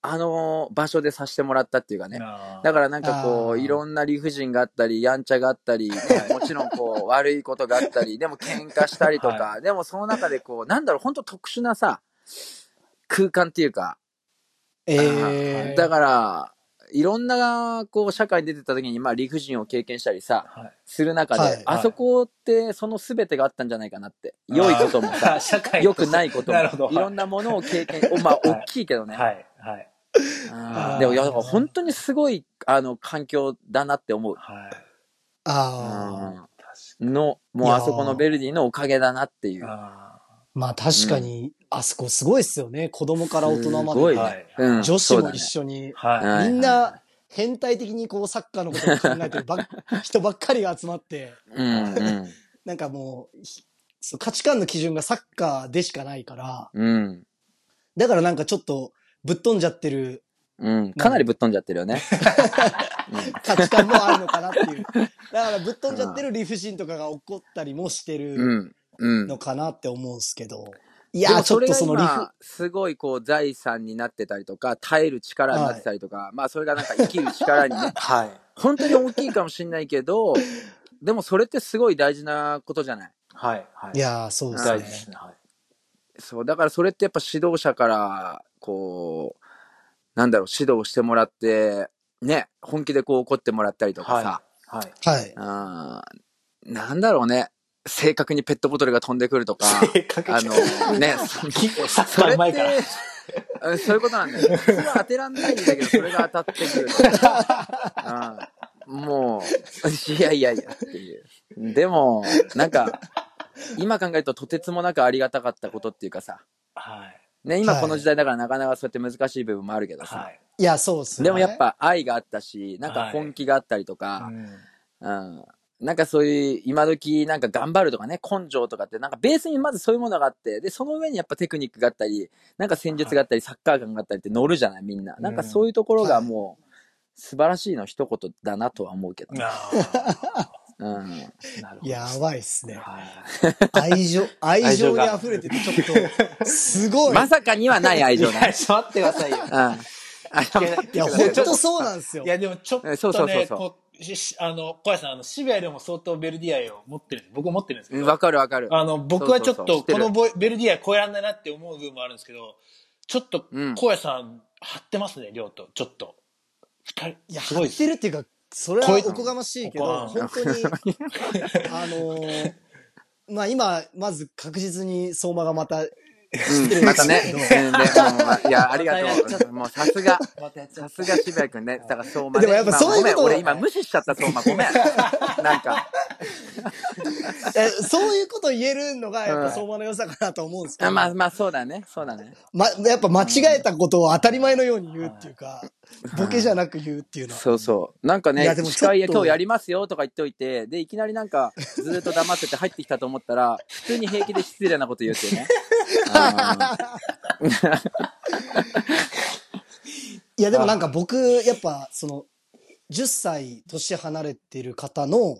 S4: あの場所でさせてもらったっていうかね。だからなんかこ
S2: あー
S4: う、いろんな理不尽があったり、やんちゃがあったり、もちろんこう、悪いことがあったり、でも喧嘩したりとか、でもその中でこう、なんだろう、本当特殊なさ、空間っていうか、
S2: ええ
S4: だから、いろんな、こう、社会に出てった時に、まあ、理不尽を経験したりさ、
S3: はい
S4: する中で、
S2: はい
S4: あそこって、その全てがあったんじゃないかなって。良いこ とも
S3: あ
S4: さ
S3: ー、社会
S4: 良くないことも
S3: なるほど、
S4: いろんなものを経験、おまあ、大きいけどね。
S3: はい、はい、
S4: あ
S2: あ
S4: ー
S2: ー
S4: でも、いや、だから本当にすごい、あの、環境だなって思う。
S3: はい。
S2: ああ。
S4: の、もうあそこのベルディのおかげだなっていう。
S3: あ
S2: まあ確かに、あそこすごいっすよね。子供から大人ます
S4: ご
S2: で。
S4: い
S3: ー
S4: ね
S3: はい。
S4: うん、
S2: 女子
S4: そう
S2: も
S4: だね
S2: 一緒に。
S3: は
S4: はい
S2: みんな、変態的にこうサッカーのことを考えてるばっ人ばっかりが集まって、
S4: うん、
S2: なんかもう、ひそう価値観の基準がサッカーでしかないから、
S4: うん、うん。
S2: だからなんかちょっとぶっ飛んじゃってる
S4: うん、かなりぶっ飛んじゃってるよね。
S2: 価値観もあるのかなって いう。だからぶっ飛んじゃってる理不尽とかが起こったりもして
S4: う
S2: る
S4: ん、うん。
S2: のかなって思うんすけど。い
S4: い
S2: やー、ちょっとその理不、
S4: すごいこう財産になってたりとか、耐える力になってたりとか、まあそれがなんか生きる力に ね、
S3: はい。
S4: 本当に大きいかもしれないけど、でもそれってすごい大事なことじゃない。
S3: はい、はい。
S2: いやー、そうです
S3: 大事
S2: ね
S3: で。すね。はい。
S4: そう、だからそれってやっぱ指導者から、こう、なんだろう、指導してもらって、ね、本気でこう怒ってもらったりとかさ、
S3: はい。
S2: はい。
S4: あーなんだろうね、正確にペットボトルが飛んでくるとか、
S3: かけ
S4: あの、ね、
S3: サッ
S4: そ
S3: カー
S4: れ
S3: うま
S4: っ
S3: いから。
S4: て、うんそういうことなんだよ。普通は当てらんないんだけど、それが当たってくるとか。うんもう、 いやいやいやっていう。でも、なんか、今考えるととてつもなくありがたかったことっていうかさ、
S3: はい。
S4: ね、今この時代だからなかなかそうやって難しい部分もあるけどさ、
S3: はい。
S2: いや、そうっすね。
S4: でもやっ、ぱ愛があったし、なんか本気があったりとか、うん、なんかそういう今時なんか頑張るとかね根性とかってなんかベースにまずそういうものがあってでその上にやっぱテクニックがあったりなんか戦術があったりサッカー感があったりって乗るじゃないみんななんかそういうところがもう素晴らしいの一言だなとは思うけどね、
S3: あー
S4: うん、
S3: なるほど。
S2: やばいっすね。
S3: はい。
S2: 愛情、愛情に
S3: が
S2: 溢れてて、ちょっと、すごい。
S4: まさかには ない愛
S3: いや
S4: 情ね、
S3: ちょっと待ってくださいよ。
S4: うん、あやめ
S2: いや、
S4: てくだ
S2: ほ
S4: さ
S2: ん
S4: い
S2: とそうなんですよ
S3: い。や、でもちょっ
S4: えそうそ
S3: と
S4: うそう
S3: ね、
S4: そう
S3: こうししあの、小林さん、あの、渋谷でも相当ベルディアイを持ってるんです。僕持ってるんですけ
S4: うん
S3: ど、
S4: わかるわかる
S3: あの、僕はちょっ
S4: そう
S3: と、
S4: そうそう知って
S3: こ
S4: る
S3: のボイベルディアイ超えらんないなって思う部分もあるんですけど、ちょっと
S4: うん、
S3: 小林さん、張ってますね、亮と、ちょっと。二
S2: い
S3: 人、
S2: や、
S3: す
S2: 張
S3: ごいで
S2: っ
S3: す
S2: て。るっていうか、それはおこがましいけ
S3: こ
S2: ど、
S3: こ
S2: 本当に、あのーまあ今、まず確実に相馬がまた、
S4: うん、またね、うん、でもまあいやありがとうもうさすが
S3: またやっちゃ
S4: さ
S3: う
S4: すが渋谷君ね。だから相馬、ね、
S2: でもやっぱ
S4: 今
S2: そういうこと
S4: ごめん俺今無視しちゃった相馬、ごめん。なんか、
S2: えそういうこと言えるのが、やっ
S4: う
S2: ぱ
S4: ん
S2: 相馬の良さかなと思うんですけ
S4: あ
S2: ど、
S4: まあまあそうだね、そうだね。
S2: ま、やっぱ間違えたことを当たり前のように言うっていうか、ボケじゃなく言うっていうのは。
S4: そうそう。なんか
S2: い
S4: ね
S2: やで、もちょっと
S4: 近い今日やりますよとか言っておいて、で、いきなりなんかずーっと黙ってて入ってきたと思っ たら、普通に平気で失礼なこと言うっていうね。
S2: いや、でもなんか僕、やっぱ、その、10歳年離れてる方の、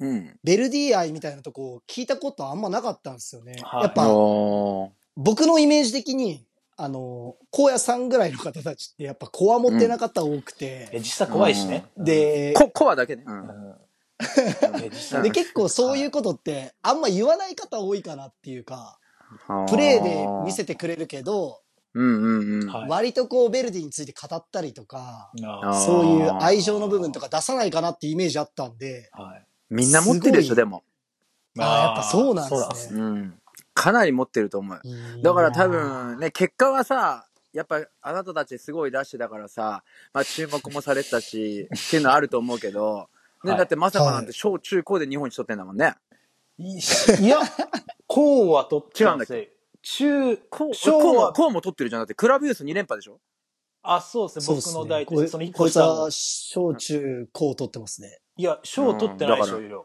S4: うん。
S2: ベルディ愛みたいなとこを聞いたことあんまなかったんですよね。
S3: はい
S2: やっ
S4: うん、
S2: ぱ、
S4: お
S2: 僕のイメージ的に、あの、荒野さんぐらいの方たちってやっぱコア持ってなかった多く
S3: え
S2: て、
S3: 実際怖いしね。
S2: で
S4: ー、こ、コアだけね。
S3: うん、え実
S4: う
S3: 際
S4: ん
S2: で、結構そういうことってあんま言わない方多いかなっていうか、プレーで見せて
S4: て。
S2: くれるけど、
S4: うんうんうん。
S3: はい
S2: 割とこうベルディについて語ったりとか、
S3: な
S4: あー
S2: そういう愛情の部分とか出さないかなってイメージあったんで、
S3: はい。
S4: みんな持ってるでし
S2: すご
S4: ょ、
S2: い
S4: でも。
S2: ああ、やっぱそうなん
S3: そうなん
S2: で
S3: ですす
S2: ね。
S4: うん。かなり持ってると思うよ。だから多分ね、結果はさ、やっぱあなたたちすごいダッシュだからさ、まあ注目もされてたし、っていうのはあると思うけど、ね、
S3: はい
S4: だってまさかなんて小中高で日本一取ってんだもんね。
S3: いや、こうはとってますよ
S4: 違うん
S3: 中、
S4: こう、
S3: 小
S4: こう
S3: は
S4: も、こうも取ってるじゃなくて、クラブユース2連覇でしょ
S3: あ、そうです
S2: そうで
S3: ね、僕
S2: す
S3: の
S2: ね。
S3: 代
S2: こ
S3: と、
S2: い
S3: その一
S2: こ
S3: 個
S2: いつ
S3: 下の
S2: は小中高取ってますね。
S3: いや、賞取ってないでし
S4: う
S3: ょ、
S4: ん
S3: いろ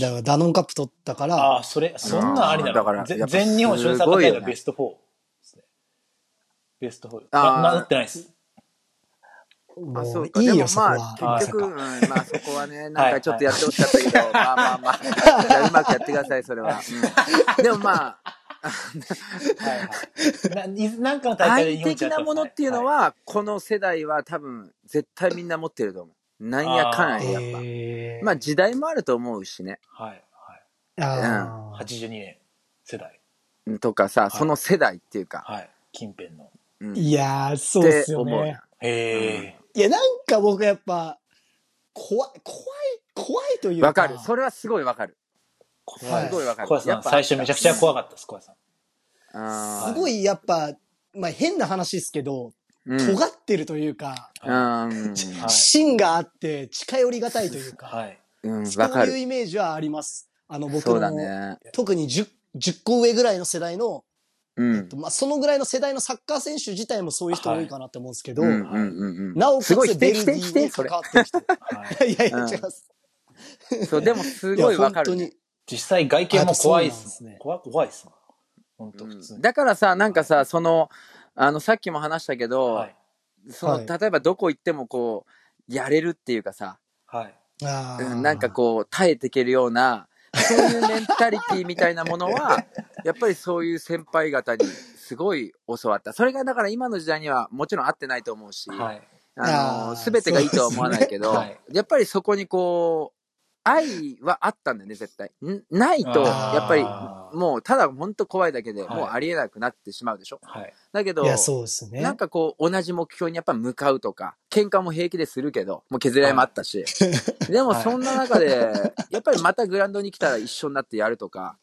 S2: だからダノンカップ取ったから、
S3: ああ、それ、そんなんありなの
S4: だから
S3: ぜ
S4: やっぱ
S3: 全日本
S4: す
S3: 瞬
S4: ごいよ
S3: 殺大会
S4: ね
S3: のベスト4ですね。ベスト4。あ、
S4: あー
S3: なってないです。
S4: あ
S2: も
S4: そううか
S2: いい
S4: でも
S2: よ、そこは。
S4: まあ、結局、
S2: まさ
S4: うん
S2: か
S4: まあそこはね、なんかちょっとやってほしかったけど、まあまあまあ、じゃあうまくやってください、それは。 うんでもまあ、
S3: はいはい。ないずなんかの大
S4: 安
S3: 会で
S4: 易
S3: 日本一
S4: 的
S3: やった
S4: なものっていうのは、、この世代は多分、絶対みんな持ってると思う。なんやかんや、やっぱ。
S2: えー
S4: まあ、時代もあると思うしね。
S3: はい、はい
S2: あ
S3: は
S2: ー
S3: い。82年世代。
S4: とかさ、その世代っていうか。
S3: はい。近辺の。
S4: うん
S2: いやー、そうっすよ
S4: って思う
S2: ね
S4: よ。
S3: へえ。
S2: いや、なんか僕やっぱ、怖い、怖い、怖いというか。
S4: わかる。それはすごいわかる。
S2: 怖い
S4: すごいわかる。
S3: 小林さ
S4: や
S3: ん、
S4: っぱ
S3: 最初めちゃくちゃ怖かったです、小林さん。
S4: あー
S2: すごいやっぱ、まあ変な話ですけど、
S4: うん
S2: 尖ってるというか、
S4: うん
S3: はい
S2: 芯があって近寄りがたいというか、
S3: はい。
S4: うん。わ
S2: そ
S4: か
S2: ういう
S4: る。
S2: イメージはあります。あの僕
S4: そうだ
S2: の、
S4: ね。
S2: 特に 10, 10個上ぐらいの世代の、
S4: うん。
S2: まあそのぐらいの世代のサッカー選手自体もそういう人多いかなって思うんですけど、
S4: うんうんうん
S2: なお
S4: うん。
S2: か
S4: すごい
S2: つ
S4: 否
S2: ベ
S4: 定
S2: ル
S4: 否
S2: デ
S4: 定
S2: ィに
S4: 否定そ
S2: 関
S4: れ。
S2: わってる人。
S3: はい。
S2: いやいや、
S4: うん
S2: 違います。
S4: そうでもす
S2: い
S4: ご
S2: や
S4: いわか
S2: 本
S4: る
S2: 当
S4: ね。
S2: に。
S3: 実際外見も怖いっ
S2: あそうなんです
S3: す
S2: ね
S3: ね。怖怖いっすもん。本当
S4: う
S3: 普
S4: ん
S3: 通に。
S4: だからさなんかさそのあのさっきも話したけど
S3: はい。
S4: その
S2: は
S4: 例えばどこ行ってもこうやれるっていうかさ
S3: はい。
S2: あー
S4: うんなんかこう耐えていけるようなそういうメンタリティみたいなもの はやっぱりそういう先輩方にすごい教わったそれがだから今の時代にはもちろん合ってないと思うし、
S3: はい。
S4: あの
S2: あー
S4: 全てがいいとは思わないけど、
S3: そうですね
S4: やっぱりそこにこう愛はあったんだよね絶対んないと
S3: あ
S2: ー
S4: やっぱりもうただ本当怖いだけで
S3: はい
S4: もうありえなくなってしまうでしょ、
S3: はい。
S4: だけど
S2: いや、そうですね。
S4: なんかこう同じ目標にやっぱ向かうとか喧嘩も平気でするけどもう削り合いもあったし、でも
S3: はい
S4: そんな中で、やっぱりまたグラウンドに来たら一緒になってやるとか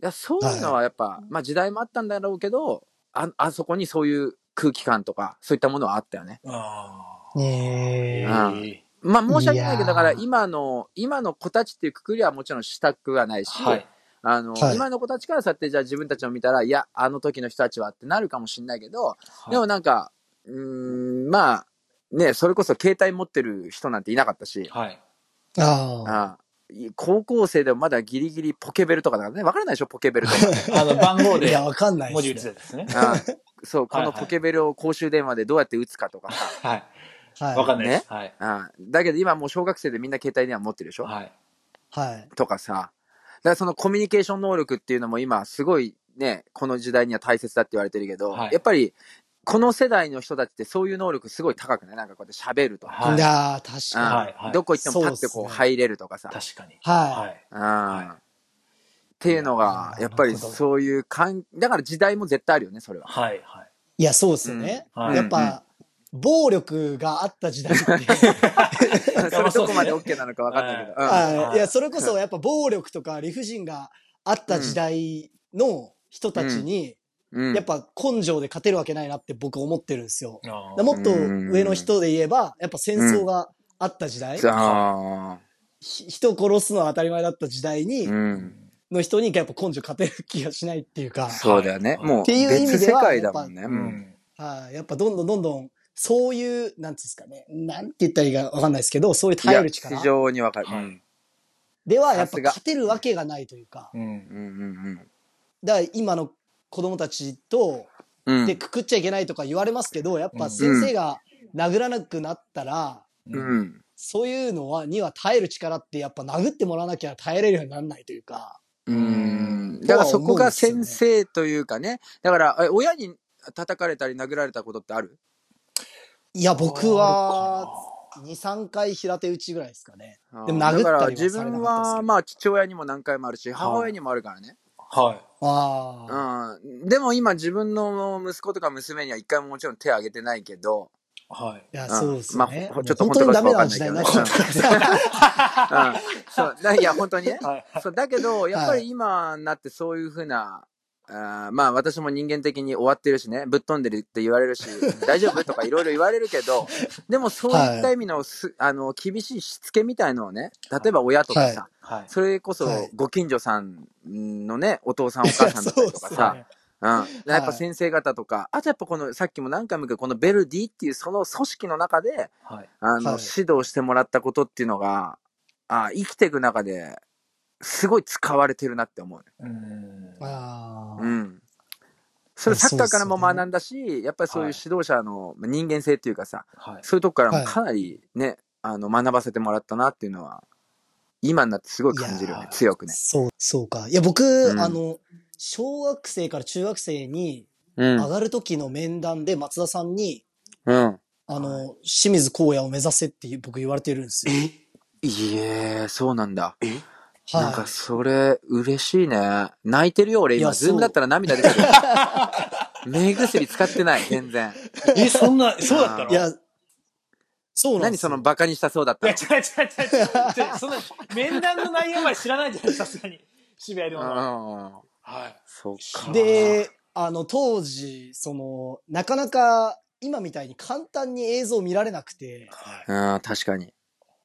S4: いやそういうのはやっぱ、まあ時代もあったんだろうけどああそこにそういう空気感とかそういったものはあったよね
S3: あ
S2: ねえ
S3: あ。
S4: うん
S3: ええ
S4: まあ申し訳ないけど、
S2: いやー
S4: だから今の、今の子たちっていうくくりはもちろんしたくはないし、
S3: はい。
S4: あの、
S2: はい
S4: 今の子たちからさって、じゃあ自分たちを見たら、いや、あの時の人たちはってなるかもしれないけど、でもなんか、うーん、まあ、ね、それこそ携帯持ってる人なんていなかったし、
S3: はい。
S2: あ
S4: あい高校生でもまだギリギリポケベルとかだからね、わからないでしょ、ポケベルと か。
S3: あの、番号
S2: あ。い
S3: で
S2: や、わかんない
S3: 文字打
S2: で
S3: つ
S2: す、
S3: やつですね。
S4: あそう、こ
S3: はいは
S4: の
S3: い
S4: ポケベルを公衆電話でどうやって打つかとかさ。
S3: はい。
S2: ね。
S3: わか
S2: い。
S3: んないです。はい。
S4: あだけど今もう小学生でみんな携帯電話持ってるでしょ、
S3: はい。
S2: はい。
S4: とかさ、だからそのコミュニケーション能力っていうのも今すごいね、この時代には大切だって言われてるけど、
S3: はい
S4: やっぱりこの世代の人たちってそういう能力すごい高くないなんかこうやって喋るとか、
S3: はい
S2: いやー、確
S4: うん
S2: か
S3: はいはい
S4: どこ行っても立って
S2: そうっ
S4: こ
S2: すね
S4: う入れるとかさ、
S3: 確かに。
S2: に。は
S3: はい。
S4: うんっていうのが
S2: いやー
S4: やっぱり
S2: なるほど
S4: そういう感だから時代も絶対あるよね それは。
S3: はい。はい。
S2: い。いや、そうですよね。
S3: うんはい
S2: やっぱ、暴力があった時代って、
S4: それどこまで OK なのか分かんないけど。うん
S2: はい。いや、それこそやっぱ暴力とか理不尽があった時代の人たちに、
S4: うん
S2: やっぱ根性で勝てるわけないなって僕思ってるんですよ。
S3: あ
S2: だからもっと上の人で言えば、やっぱ戦争があった時代、
S4: あ
S2: ひ人殺すのは当たり前だった時代に
S4: ー、うん、
S2: の人にやっぱ根性勝てる気がしないっていうか、
S4: そうだよね。もう
S2: っていう意味
S4: 別
S2: で
S4: 世
S2: は
S4: 界だもんね。
S3: ー
S4: う
S3: うんん。
S2: はい、やっぱどんどんどんどん、そういう、なんつうんですかね、なんて言ったらいいかわかんないですけど、そういう
S4: いや
S2: 耐える力
S4: 非常に分かる。
S3: はい
S4: うん
S2: ではやっ
S4: さ
S2: ぱ
S4: すが
S2: 勝てるわけがないというか、
S3: うん。
S4: うんうん
S2: だから今の子供たちと、
S4: うん。うん
S2: で、くくっちゃいけないとか言われますけど、やっぱ先生が殴らなくなったら、
S4: うん。
S2: そういうのは、には耐える力ってやっぱ殴ってもらわなきゃ耐えれるようにならないというか、
S4: うん。だからそこが先生というかね。だから、え親に叩かれたり殴られたことってある
S2: いや、僕は、2、3回平手打ちぐらいですかね。でも殴ったりは
S4: だから
S2: され
S4: 自
S2: なかったですけど
S4: 分は、まあ父親にも何回もあるし、母親にもあるからね。
S3: はい。
S2: ああ。
S4: うん。でも今自分の息子とか娘には一回ももちろん手を挙げてないけど、
S3: はい。
S2: いや、そうです
S4: ま
S2: よ
S4: あ
S2: ね。
S4: ほちょっと
S2: もう
S4: 本当
S2: にダ
S4: かどう
S2: メ
S4: か
S2: な
S4: わかん
S2: 時
S4: な
S2: 代に
S4: いけ
S2: なっ
S4: どね
S2: ちゃう。
S4: うん。そう。ないや、本当にね。
S3: はい。
S4: そうだけど、やっぱ
S2: は
S4: り今になってそういうふうな、あーまあ私も人間的に終わってるしね、ぶっ飛んでるって言わ れるし、大丈夫とかいろいろ言われるけど、でもそういった意味のす、あの、厳しいしつけみたいのをね、例えば親とかさ、
S3: はい。
S4: それこそ
S2: はい
S4: ご近所さんのね、お父さんお母さんだった
S2: いや
S4: りとか
S2: そうっ
S4: さ
S2: す、
S4: うん。やっぱ先生方とか、あとやっぱこの、さっきも何回も言うけど、このベルディっていうその組織の中で、
S3: はい。
S4: あの、
S2: はい
S4: 指導してもらったことっていうのが、あ生きていく中で、すごい使われてるなって思う。
S1: うん。
S2: ああ。
S4: うん。それサッカーからも
S2: そうっすよね
S4: 学んだし、やっぱりそうい
S1: は
S4: う
S1: い
S4: 指導者のまあ人間性っていうかさ、
S1: はい。
S4: そういうとこから
S2: は
S4: も
S2: い
S4: かなりね、あの、学ばせてもらったなっていうのは、今になってすごい感じるよ
S2: い
S4: ね
S2: や。ー
S4: 強くね。
S2: そう、そうか。いや、僕、
S4: ん
S2: あの、小学生から中学生に
S4: う
S2: 上
S4: ん。
S2: がる時の面談で松田さんに、
S4: うん。
S2: あの、清水光也を目指せっていう僕言われてるんですよ。
S4: いえ、そうなんだ。なんか
S2: は
S4: それ、嬉しいね。泣いてるよ、俺
S2: い
S4: 今。
S2: や
S4: ズー
S2: そう
S4: ムだったら 涙出てくる。目薬使ってない、全然。
S1: え、そんな、そうだった
S4: あ
S1: の
S2: い。いや、そうなん
S4: 何
S2: です
S4: そ
S2: よ
S4: のバカにしたそうだっ
S3: い
S4: た
S3: や、
S4: の
S3: 違う違う違う違う違う。そんな、面談の内容まで知らないじゃないさすがに。渋谷龍馬は。
S4: うん。
S3: はい。
S4: そっか。
S2: で、あの、当時、その、なかなか今みたいに簡単に映像見られなくて、
S4: うん、確かに。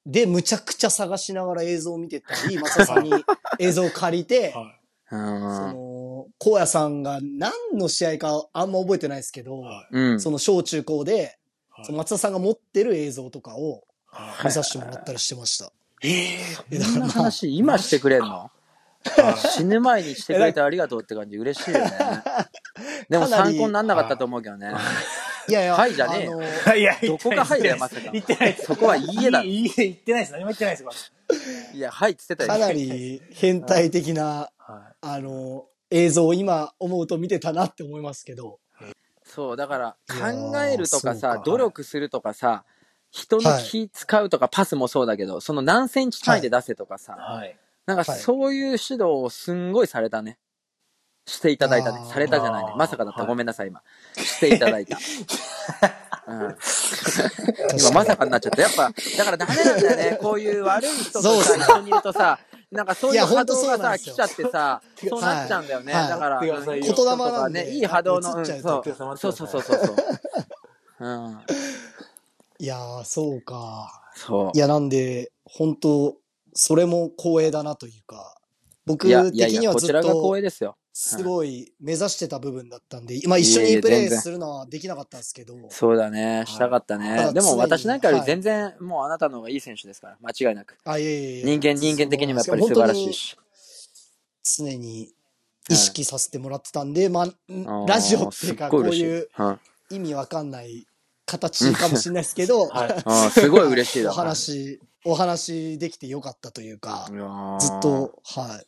S2: で、むちゃくちゃ探しながら映像を見てったり、松田さ んに映像を借りて、
S3: は
S4: う
S2: そ
S4: ん。
S2: の、荒野さんが何の試合かあんま覚えてないですけど、
S3: は
S4: うん。
S2: その小中高で、
S3: はい
S2: その松田さんが持ってる映像とかを
S3: は
S2: 見させてもらったりしてました。
S3: い。ええ。
S2: えだ
S4: そ
S2: か
S4: んな
S2: ら
S4: 話、今してくれんの死ぬ前にしてくれてありがとうって感じ、嬉しいよ ね。でも
S2: かなり
S4: 参考になんなかったと思うけどね。
S2: いやいや、
S4: はいじゃねえよ
S2: あの
S3: いや、
S4: どこが入るやまさか
S3: 言ってないです。
S4: そこはいいえだ
S3: いいいえ、言ってないです。何も言ってないです。まだ
S4: いや、はいって言ってた
S2: か
S4: よ。
S2: なり変態的な、
S3: は
S2: あの、映像を今思うと見てたなって思いますけど。
S4: そう、だから、
S2: いやー
S4: 考えるとか
S2: そう
S4: さ
S2: か、
S4: 努力するとかさ、人の
S2: はい
S4: 気使うとか、パスもそうだけど、その何センチ単位で出せとかさ、
S3: はい。
S4: なんか
S2: はい
S4: そういう指導をすんごいされたね。していただいたね
S2: あ。ー
S4: されたじゃないね
S3: あ。ー
S4: まさかだった。
S3: はい
S4: ごめんなさい、今。していただ いた。うん、今まさかになっちゃった。やっぱ、だからダメなんだよね。こういう悪い人と
S2: そうっ
S4: さ、
S2: すね
S4: 一緒にいるとさ、なんかそう
S2: い
S4: いう
S2: や
S4: 波
S2: 本当
S4: 動が
S2: そうなん
S4: さ、
S2: です
S4: 来
S2: よ
S4: ちゃってさ、そうなっちゃうんだよね。
S2: はい
S4: だから、
S3: はいやってくださいよ
S4: 人とか
S2: 言霊なんで
S4: ね、いい波動の、
S2: あ
S4: う
S2: 映っ
S4: ん、
S2: ちゃう
S4: そ
S2: と
S3: 言
S4: う
S3: ってください待ってください
S4: そうそうそうそう。うん、
S2: いやー、そうか。
S4: そう
S2: い。や、なんで、本当それも光栄だなというか、僕
S4: いや、いや
S2: 的
S4: い
S2: に
S4: や、
S2: は
S4: こ
S2: ず
S4: ち
S2: っ
S4: らが光栄
S2: と、
S4: ですよ。
S2: すごい目指してた部分だったんで、まあ
S4: いえいえ
S2: 一緒にプレ
S4: 全
S2: イ
S4: 然
S2: するのはできなかったんですけど、
S4: そうだね。したかったね。
S2: ただ
S4: で
S2: 常
S4: も
S2: に
S4: 私なんかより
S2: はい
S4: 全然、もうあなたの方がいい選手ですから、間違いなく。
S2: あ、いえいえいえ
S4: 人間、人間的にもやっぱり素晴らしい。し。
S2: そうなんですよ本当に常に意識させてもらってたんで、まあ、ラジオっていう
S4: あ
S2: か、
S4: ー
S2: こう
S4: す
S2: い
S4: っご嬉し
S2: う
S4: いうん
S2: 意味わかんない形かもしれないですけ ど、
S3: はい。
S4: あーすごい嬉しいだ
S2: お話、お話できてよかったというか、
S4: いやー
S2: ずっと、はい。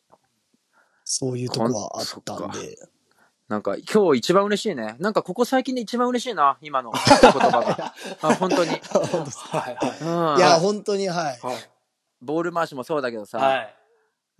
S2: そういうとこはあったん
S4: ほん
S2: で。
S4: なんか今日一番嬉しいねなんかここ最近で一番嬉しいな 今の言葉があ本当に、う
S3: はい。
S4: ん、
S2: いや、本当に、はい。
S3: はい。
S4: ボール回しもそうだけどさ、
S3: はい。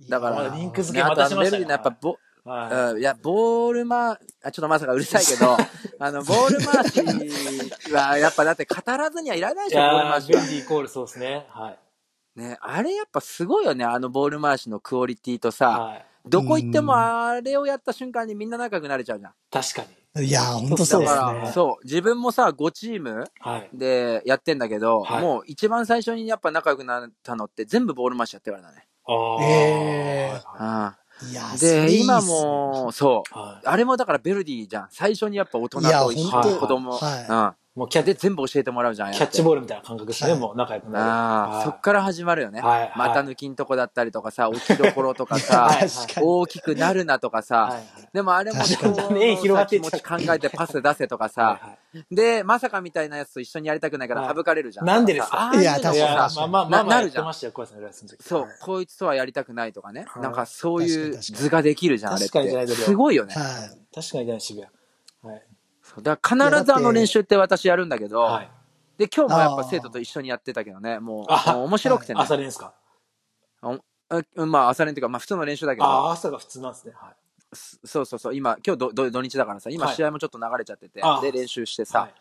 S4: だか
S2: いや
S4: ら
S2: ー
S3: リンク付
S4: ね
S3: け
S4: あ
S3: ま
S4: と
S3: た
S4: あ
S3: し
S4: の
S3: ま
S4: ベ
S3: した
S4: ルギーのやっぱボ
S3: は
S4: うんいや、ボールま、あ、ちょっとまさかうるさい けど、あの、ボール回しは、やっぱだって語らずにはいらない
S3: い。い
S4: でしょ、ボール
S3: や
S4: 回
S3: ー、
S4: し
S3: ベ
S4: は
S3: ン。ディイコールそうですね。はい。
S4: ね、あれやっぱすごいよね、あのボール回しのクオリティとさ、
S3: はい。
S4: どこ行ってもあれをやった瞬間にみんな仲良くなれちゃうじゃん。
S3: 確かに。
S2: いや、本当そう
S4: だ
S2: です
S4: か
S2: ね
S4: ら、。そう、自分もさ、5チーム
S3: はい。
S4: でやってんだけど、
S3: はい
S4: もう一番最初にやっぱ仲良くなったのって全部ボール回しやってからだね。
S3: あー
S2: えー
S3: はい
S4: あ
S2: いや
S4: あ、
S2: それいいっす
S4: で、
S2: ね
S4: 今も、そう。
S3: は
S4: あれもだからベルディじゃん。最初にやっぱ大人
S2: いや
S4: と一
S2: 本
S4: 緒
S3: 当
S4: に子供。。
S2: は
S3: いうもうんキャ
S4: で、全部教えてもらうじゃん。
S3: キャッチボ
S4: ー
S3: ールみたいな感覚ですね。
S2: はい
S3: もう仲良くなる。
S4: ああ、そっから始まるよね。
S3: はいはい
S4: 股抜きんとこだったりとかさ、置きどころとか
S3: は
S4: さ
S3: い、
S2: 確かに。
S4: 大きくなるなと
S3: ら
S4: か
S3: は
S4: さ
S3: い。。はい
S4: でもあれも
S2: 確
S4: 人
S2: か
S4: の
S2: に
S3: ね広が
S4: さ
S3: って
S4: 気
S3: いっ
S4: 持
S3: ちゃう
S4: ち考えてパス出せとかさ、
S3: はい
S4: で、まさかみたいなやつと一緒にやりたくないか
S3: は
S4: ら
S3: い
S4: 省かれるじゃん。
S3: なんでですか
S4: ああ
S2: いや
S4: うの
S2: 確かに
S3: いや
S4: さ
S2: 確か
S3: まあ
S2: に
S3: まあまあ
S4: な
S3: まあ
S4: な
S3: や
S4: る
S3: っ
S4: じゃ
S3: て
S4: ん
S3: ましたよ、小林さんのレッスンの時。
S4: そう
S3: はい、
S4: こいつとはやりたくないとかね。
S3: い
S4: なんかそう
S2: 確か
S4: いう
S2: に確かに
S4: 図ができるじゃん、あれっ
S3: 確かにじゃない
S4: て。
S3: けど
S4: すごいよね。
S2: は
S3: 確かにね、渋谷。はい。
S4: そうだから必ずあの練習って私やるんだけど、
S3: はい。
S4: で、今日もやっぱ生徒と一緒にやってたけどね、もう、
S3: あ
S4: もう面白くてね。
S3: 朝練ですか
S4: うんまあ、朝練っていうか、まあ普通の練習だけ
S3: あ
S4: ど、
S3: あ、朝が普通なんですね。はい。
S4: すそうそうそう、今、今日どど土日だからさ、今
S3: はい
S4: 試合もちょっと流れちゃってて、
S3: あー
S4: で、練習してさ、
S3: はい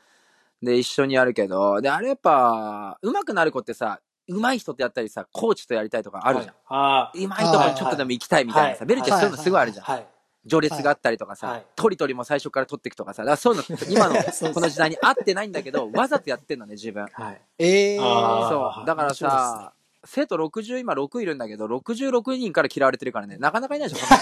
S4: で、一緒にやるけど、で、あれやっぱ、上手くなる子ってさ、上手い人とやったりさ、コーチとやりたいとかあるじゃ
S3: は
S4: ん。
S3: いあ
S4: 上手いとこにちょっとでも行きたいみたいな
S3: は
S4: さ、
S3: い
S4: ベルちゃんそういうのすごいあるじ
S3: あ。
S4: ゃん。
S3: はい。
S4: 序列があったりとかさ、
S3: はい
S4: トリトリも最初から取っていくとかさ、だからそういうの、 今のこの時代に合ってないんだけど、わざとやってんのね、自分。
S3: はい。
S2: い。ええ
S3: あー
S4: そう。だから
S2: 面白いっ
S4: さ、生徒60、今6いるんだけど、66人から嫌われてるからね、なかなかいないでしょ、そんなだ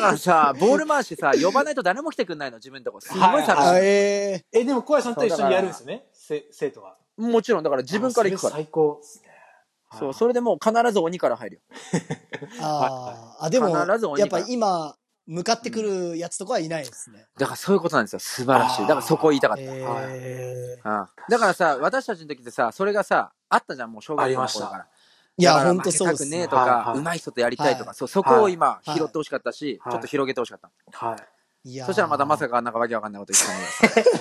S4: からさ、ボール回しさ、呼ばないと誰も来てくんないの、自分のとこ。すごい寂しい。
S2: あ、え
S3: え、でも小林さんと一緒にやるんですよね、せ生徒は。
S4: もちろん、だから自分から行くか
S3: あそ
S4: ら。
S3: れ最高っすね。
S4: そう、それでもう必ず鬼から入るよ。
S2: あーあ、でも
S4: 必ず鬼、
S2: や
S4: か
S2: っ
S4: ら
S2: ぱ今、向かってくるやつとかはいないですね。
S4: だからそういうことなんですよ。素晴らしい。だからそこ言いたかった。
S2: えー
S4: うんだからさ、私たちの時ってさ、それがさ、あったじゃん、もう小学校の頃から。
S2: い
S4: だ
S2: や、
S4: から
S2: ほんとそうで
S4: 負け
S2: す
S4: たくねえ
S2: ね
S4: と。か、
S5: はいはい
S4: 上手い人とやりたいとか、
S2: はい
S4: そうそこを今、
S2: はい
S4: 拾ってほしかったし、
S5: はい
S4: ちょっと広げてほしかった。
S5: はい。
S2: いやー
S4: そしたらまたまさかなんかわけわかんないこと言ってた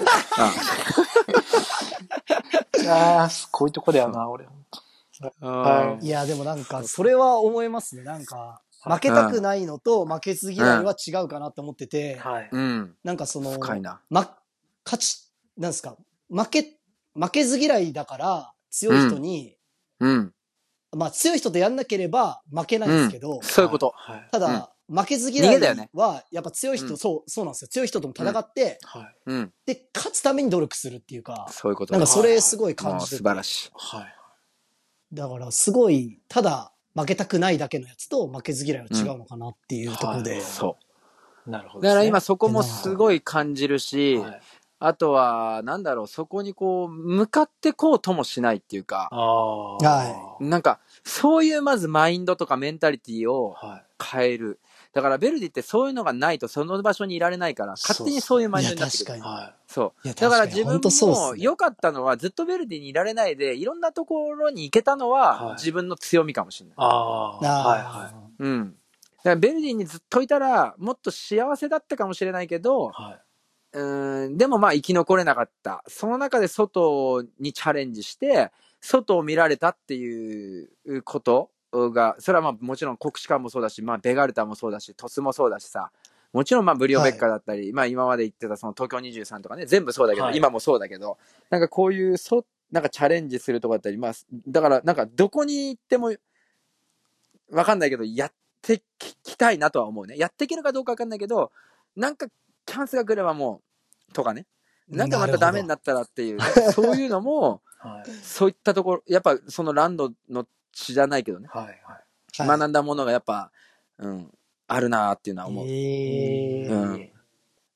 S4: のよ
S3: ああ、こういうとこだよな、俺。
S5: はい
S2: や、でもなんか、それは思いますね。なんか、負けたくないのと負けず嫌いは違うかなって思ってて、
S3: はい。
S4: うん。うん。
S2: なんかその、
S4: 深いな。
S2: ま、勝ち、なんですか、負け、負けず嫌いだから、強い人に、
S4: うん。
S2: まあ強い人とやんなければ負けないんですけど、
S4: そういうこと。
S5: はい。
S2: ただ、負けず嫌
S4: 逃
S2: い
S4: げだよね
S2: は、やっぱ強い人、
S4: うん
S2: そう、そうなんですよ。強い人とも戦って、
S5: はい。
S4: うん。
S2: で、勝つために努力するっていうか、
S4: そういうこと
S2: なん
S4: だ。
S2: かそれ
S5: はい
S2: すごい感
S4: もう
S2: じて
S4: 素
S2: て
S4: 晴らしい。
S5: はい。
S2: だからすごい、ただ負けたくないだけのやつと負けず嫌いは違うのかなっていうところで。
S4: そ
S5: なるほ
S4: う。
S5: ど。
S4: だから今そこもすごい感じるし、
S5: はい
S4: あとは、なんだろう、そこにこう、向かってこうともしないっていうか、
S5: ああ。
S2: は
S4: なんか、そういうまずマインドとかメンタリティを
S5: は
S4: 変える。だから、ベルディってそういうのがないとその場所にいられないから、勝手にそういうマインドになってく
S2: いや確か
S4: る
S5: い。。はい
S4: そう。
S2: いや
S4: だから
S2: 確
S4: 自
S2: に
S4: 分
S2: 本当そうっす
S4: も
S2: ね
S4: 良かったのは、ずっとベルディにいられないで、いろんなところに行けたの
S5: はい
S4: は、自分の強みかもしれない。
S5: ああ。は
S2: あ
S4: うん。だから、ベルディにずっといたら、もっと幸せだったかもしれないけど
S5: い。、は
S4: うーん、でもまあ生き残れなかった。その中で外にチャレンジして、外を見られたっていうことが、それはまあもちろん国士官もそうだし、まあベガルタもそうだし、トスもそうだしさ、もちろんまあブリオベッカだったり、まあ今まで言ってたその東京23とかね、全部そうだけど、
S5: はい
S4: 今もそうだけど、なんかこういう、そ、なんかチャレンジするとかだったり、まあ、だからなんかどこに行っても、わかんないけど、やってききたいなとは思うね。やっていけるかどうかわかんないけど、なんかチャンスが来ればもう、とかね。なんかまたダメになったらっていう、 そういうのも、
S5: い。はい。
S4: そういったところ、やっぱそのランドの血じゃないけどね、
S5: はい。はい。
S2: あ
S4: 学んだものがやっぱ、うん、あるなーっていうのは思う。
S2: えー
S4: うん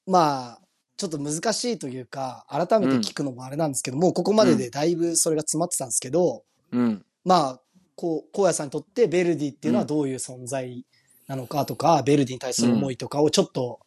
S2: まあ、ちょっと難しいというか、改めて聞くのもあれなんですけど、もうここまででだいぶそれが詰まってたんですけど、
S4: うん。
S2: まあ、こう、荒野さんにとってベルディっていうのはどういう存在なのかとか、ベルディに対する思いとかをちょっと、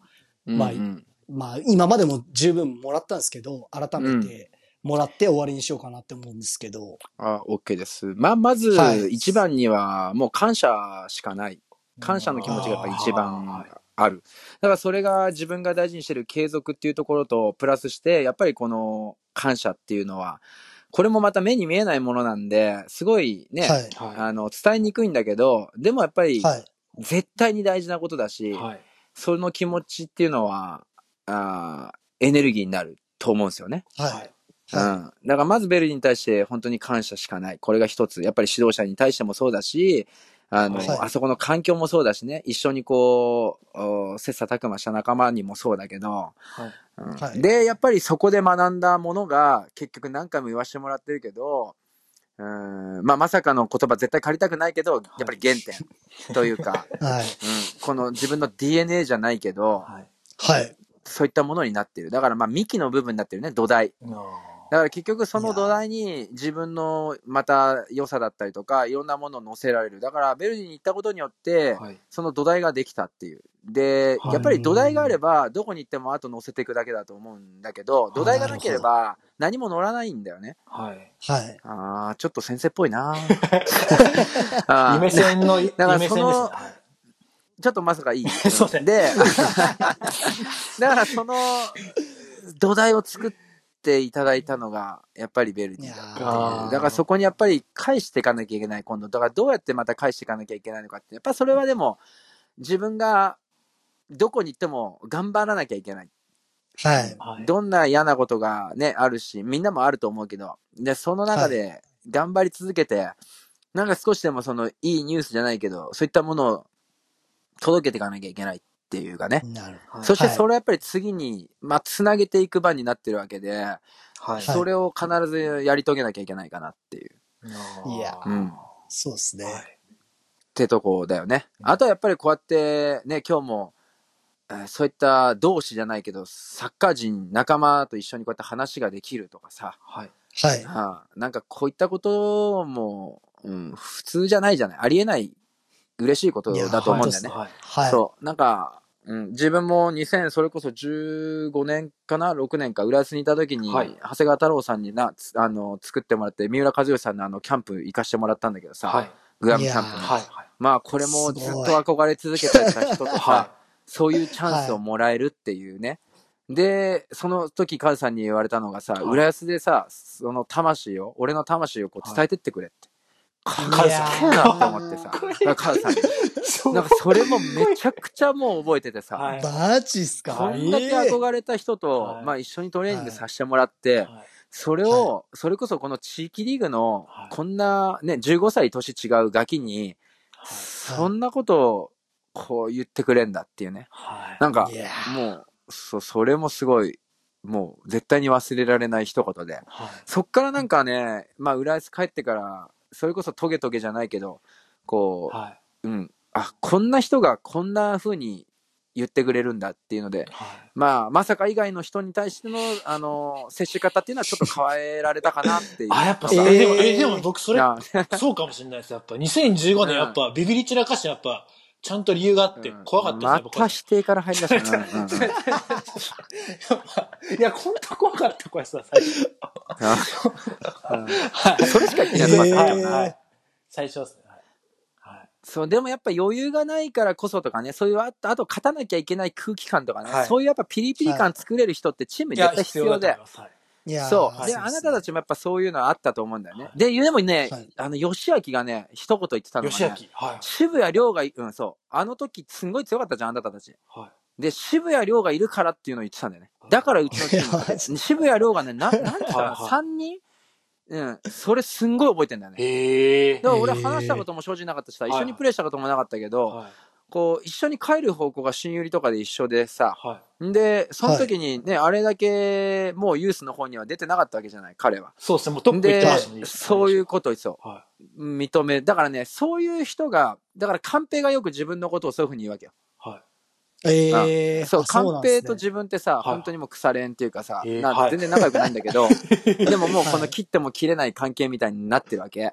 S2: まあ
S4: うん
S2: まあ、今までも十分もらったんですけど、改めてもらって終わりにしようかなって思うんですけど。
S4: あ、OK です。まあ、まず
S2: は、い
S4: 一番には、もう感謝しかない。感謝の気持ちがやっぱ一番ある。だからそれが自分が大事にしてる継続っていうところと、プラスして、やっぱりこの感謝っていうのは、これもまた目に見えないものなんで、すごいね、
S2: はい。
S5: は
S4: あの、伝えにくいんだけど、でもやっぱり、
S2: はい。
S4: 絶対に大事なことだし、
S5: い。はい。
S4: その気持ちっていうのは、あーエネルギーになると思うんですよね。
S2: はい。
S4: うん。だからまずベルディに対して本当に感謝しかない。これが一つ。やっぱり指導者に対してもそうだし、あの、
S5: はい
S4: あそこの環境もそうだしね、一緒にこう、お切磋琢磨した仲間にもそうだけど、
S5: はい
S4: うん
S2: はい
S4: で、やっぱりそこで学んだものが、結局何回も言わせてもらってるけど、うん、まあまさかの言葉絶対借りたくないけど、やっぱり原点という か、
S2: はい。
S4: うんこの自分の DNA じゃないけど、
S5: はい。
S2: はい。
S4: そういったものになってる。だからまあ幹の部分になってるね、土台。だから結局その土台に自分のまた良さだったりとか、いろんなものを乗せられる。だからベルディに行ったことによって、
S5: はい。
S4: その土台ができたっていう。で、
S5: はい
S4: やっぱり土台があれば、どこに行っても後乗せていくだけだと思うんだけど、土台がなければ何も乗らないんだよね。
S5: はい。
S2: はい。
S4: ああ、ちょっと先生っぽいな あー
S3: 夢線の、夢
S4: だ
S3: 線です
S4: からそ
S3: ね。
S4: の
S3: はい
S4: ちょっとまさかいい。
S3: そうね
S4: で、 だからその土台を作っていただいたのが、やっぱりベル
S2: い
S4: ディ
S2: や
S4: だ。
S5: あ
S2: ー
S5: ー
S4: だからそこにやっぱり返していかなきゃいけない、今度。だからどうやってまた返していかなきゃいけないのかって。やっぱそれはでも、自分がどこに行っても頑張らなきゃいけない。
S2: はい。
S5: はい。
S4: どんな嫌なことがね、あるし、みんなもあると思うけど、で、その中で頑張り続けて、なんか少しでもそのいいニュースじゃないけど、そういったものを届けていかなきゃいけないっていうかね。
S2: なる
S4: そして
S2: はい
S4: それをやっぱり次に、まあ、つなげていく場になってるわけで、
S5: はい。
S4: それを必ずやり遂げなきゃいけないかなっていう。
S2: いや
S4: うん。っ
S2: そうですね。
S4: てとこだよね。あとはやっぱりこうやってね、今日も、えーそういった同志じゃないけど、サッカー人仲間と一緒にこうやって話ができるとかさ、
S5: はい。
S2: はい。
S4: はいなんかこういったことも、うん、普通じゃないじゃない。ありえない嬉しいことだと思うんだよね。
S5: はい。
S2: はい。
S4: そう。なんか、うん、自分も2000、それこそ15年かな、6年か、浦安にいた時に、
S5: はい
S4: 長谷川太郎さんにな、つあの、作ってもらって、三浦和義さんのあの、キャンプ行かしてもらったんだけどさ、
S5: はい。
S4: グアムキャンプ
S2: い
S4: に
S2: やー。
S5: はい。
S4: まあ、これもずっ
S2: すご
S4: と
S2: い
S4: 憧れ続けてた人とさ、
S5: はい
S4: そういうチャンスをもらえるっていうね。で、その時、カズさんに言われたのがさ、
S5: い
S4: 浦安でさ、その魂を、俺の魂をこう伝えてってくれって。
S5: カ
S4: か
S5: ズ
S4: っ
S5: さん
S4: けえなって思ってさ、だからカズさんに。
S5: そう
S4: なんかそれもめちゃくちゃもう覚えててさ、
S5: はい
S2: マジっすか
S4: こんだけ憧れた人と、
S5: はい
S4: まあ一緒にトレーニングさせてもらっ
S5: は
S4: て、
S5: い
S4: それを、それこそこの地域リーグの
S5: はい、
S4: こんなね、15歳年違うガキに、そんなことをこう言ってくれんだっていうね。
S5: はい。
S4: なんか
S2: い、や
S4: もう、そ、それもすごい、もう絶対に忘れられない一言で。
S5: はい。
S4: そっからなんかね、まあ浦安帰ってから、それこそトゲトゲじゃないけど、こう、
S5: はい。
S4: うん。あ、こんな人がこんな風に言ってくれるんだっていうので、
S5: はい。。
S4: まあ、まさか以外の人に対しての、あの、接し方っていうのはちょっと変えられたかなっていう
S5: あ、やっぱさ、
S2: えー
S5: えでも、えでも僕それ、
S4: な
S5: そうかもしれないです。やっぱ、2015年やっぱ、ビビり散らかして、やっぱ、ちゃんと理由があって
S4: うん、
S5: 怖かったですね、
S4: ま
S5: 僕
S4: た
S5: は。
S4: 否定から入り 出したな。うんうんうん
S5: いや、ほんと怖かった、これさ、最初。 はい。
S4: それしか聞いてな
S2: えー
S4: かった
S5: はい
S4: よな。
S5: はい。最初ですね。はい。
S4: そう、でもやっぱ余裕がないからこそとかね、そういうあと、あと勝たなきゃいけない空気感とかね、
S5: はい
S4: そういうやっぱピリピリ感作れる人ってチーム
S5: い
S4: に
S5: や、
S4: 絶対
S5: 必
S4: 必
S5: 要
S4: 要
S5: だ
S4: で
S5: と思い。ます。はい。
S2: いやー
S4: そう。で、
S2: っ
S4: あ
S2: すね
S4: なたたちもやっぱそういうのはあったと思うんだよね。で、でもね
S2: はい、
S4: あの、吉明がね、一言言ってたのが
S5: 吉明
S4: ね、。
S5: はい。
S4: 渋谷亮が、うん、そう。あの時、すんごい強かったじゃん、あなたたち。
S5: はい。
S4: で、渋谷亮がいるからっていうのを言ってたんだよね。だからうちのチーム
S2: いやマジ
S4: は、渋谷亮がね、な、なんて言ったか
S5: は
S4: な、
S5: いはい
S4: 3人うん、それすんごい覚えてんだよね。
S5: へえ
S4: だ。から俺話したことも正直なかったしさ、
S5: へー
S4: 一緒にプレーしたこともなかったけど、
S5: はい。
S4: こう、一緒に帰る方向が新百合とかで一緒でさ、
S5: はい。
S4: んで、その時にね、あれだけもうユースの方には出てなかったわけじゃない、彼は。
S5: そうですね、もうトップ行って
S4: で
S5: ましたね。、。
S4: そういううことをそう。
S5: は
S4: 認め、だからね、そういう人が、だからカンペがよく自分のことをそういうふうに言うわけよ。
S5: い。は
S2: えー、
S4: そう、
S2: あ
S4: カ
S2: な
S4: ン
S2: んです
S4: ペ
S2: ね
S4: と自分ってさ、
S5: はい
S4: 本当にもう腐れ縁っていうかさ、
S5: へー
S4: な
S5: はい
S4: 全然仲良くないんだけ ど、でももうこ
S2: は
S4: の
S2: い
S4: 切っても切れない関係みたいになってるわけ。
S5: い。は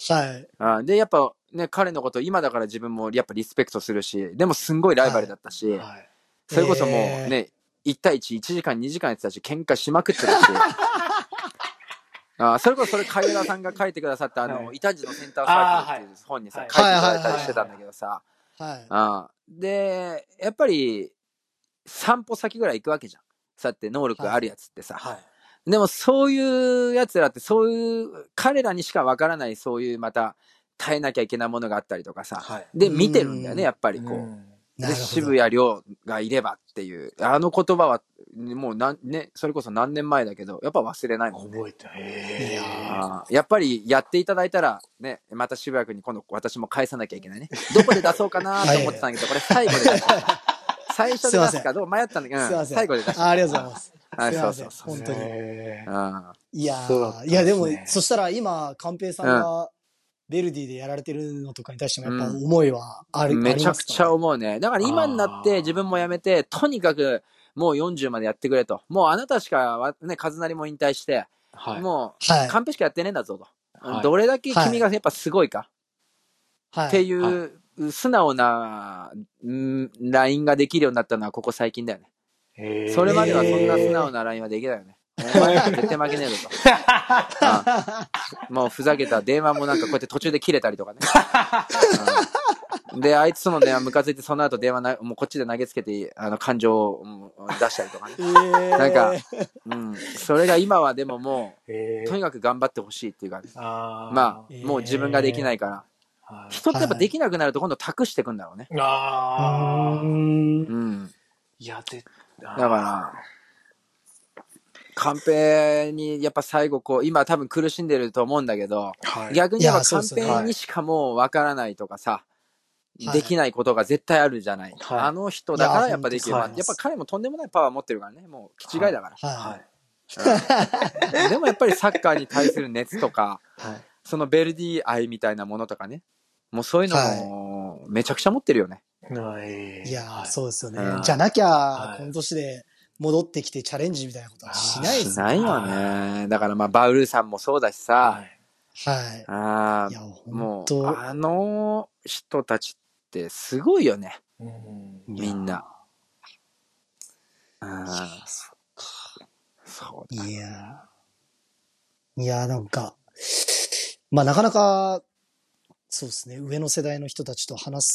S5: い。
S2: はい。
S4: あで、やっぱね、彼のこと今だから自分もやっぱリスペクトするし、でもすんごいライバルだったし、
S5: はい。
S4: それこそもう
S2: えー
S4: ね、1対1、1時間、2時間やってたし、喧嘩しまくって たし。あーそれこそそれ、海浦さんが書いてくださった、あの、
S5: は
S4: イタジのセンターサークルっていう本にさ、
S5: はい
S4: 書いてくださったりしてたんだけどさ、
S2: はい。
S4: あーで、やっぱり、散歩先ぐらい行くわけじゃん。そうやって能力があるやつってさ。
S5: はい。
S4: でもそういうやつらって、そういう、彼らにしかわからない、そういうまた、耐えなきゃいけないものがあったりとかさ。
S5: はい
S4: で、見てるんだよね、
S2: うん
S4: やっぱりこう。
S2: なるほ
S4: で
S2: ど。
S4: 渋谷亮がいればっていうあの言葉はもうなん、ね、それこそ何年前だけどやっぱ忘れないもんね
S5: 覚えて
S2: い
S5: へ
S2: やー
S5: え。
S4: あーやっぱりやっていただいたら、ね、また渋谷君に今度私も返さなきゃいけないねどこで出そうかなと思ってたんだけどこれ最後で出 した最初で出すかどう迷ったんだけど、
S2: すいま
S4: うん
S2: せん。
S4: 最後で出した
S2: あありがとうござい ます。
S4: はい
S2: すいません。
S4: そう
S2: 本当に。
S5: へー
S4: あ
S2: いや
S5: そうだったん
S2: ー
S5: ですね
S2: いやでも、そしたら今、寛平さんが、ベルディでやられてるのとかに対してもやっぱ思いはある、あ
S4: め
S2: り
S4: ちゃ
S2: ま
S4: く
S2: す
S4: ちゃ
S2: か
S4: 思うねだから今になって自分も辞めてとにかくもう40までやってくれともうあなたしかわね和成も引退して、
S5: はい。
S4: もう
S2: はい。
S4: カンペしかやってねえんだぞと、
S5: はい
S4: どれだけ君がやっぱすごいか、
S2: はい。
S4: っていう、素直な、うんラインができるようになったのはここ最近だよね。
S5: へー
S4: それまではそんな素直なラインはできないよね。お前は絶対負けねえぞと。ああもうふざけた電話もなんかこうやって途中で切れたりとかね。うんで、あいつとの電話ムカついてその後電話な、もうこっちで投げつけて、あの、感情をもう出したりとかね。
S2: えー
S4: なんかうん。それが今はでもも
S5: へ
S4: う、と
S5: ー
S4: にかく頑張ってほしいっていうか、
S5: あー
S4: ま
S2: え
S4: あ、
S2: ー
S4: もう自分ができないから。
S5: はい
S4: 人ってやっぱできなくなると今度託してくんだろうね。
S5: ああ。
S4: うん。
S5: いや、絶対。
S4: だから、カンペにやっぱ最後こう、今多分苦しんでると思うんだけど、
S5: はい。
S4: 逆に言
S2: い
S4: えば
S2: やそ
S4: カ
S2: う
S4: ン
S2: ですね
S4: ペにしかもうわからないとかさ、
S2: はい
S4: できないことが絶対あるじゃない。
S5: はい
S4: あの人だからやっぱでき
S2: い
S4: る。
S2: や
S4: まあ
S2: 本当
S4: や
S2: に
S4: っ
S2: そ
S4: ぱ
S2: う
S4: 彼もとんでもないパワー持ってるからね、もう気違いだか
S2: は。
S5: はいい。
S4: ら。でもやっぱりサッカーに対する熱とか、
S5: はい。
S4: そのベルディ愛みたいなものとかね、もうそういうのもめちゃくちゃ持ってるよね。
S5: はい
S2: いやーそうですよね
S4: う。ん
S2: じゃなき
S5: い
S2: ゃ、この年で戻ってきてチャレンジみたいなことはしないです
S4: し
S2: ね。
S4: ないよね。だからまあ、バウルーさんもそうだしさ、
S2: は
S4: あ
S2: い。い
S4: あ
S2: や、
S4: も
S2: 本
S4: う、
S2: 当
S4: あの人たちってすごいよね、
S5: う
S2: い
S5: ん
S2: や
S4: みんな。うんそうだ。
S2: いやーいやーなんか、まあなかなか、そうですね、上の世代の人たちと話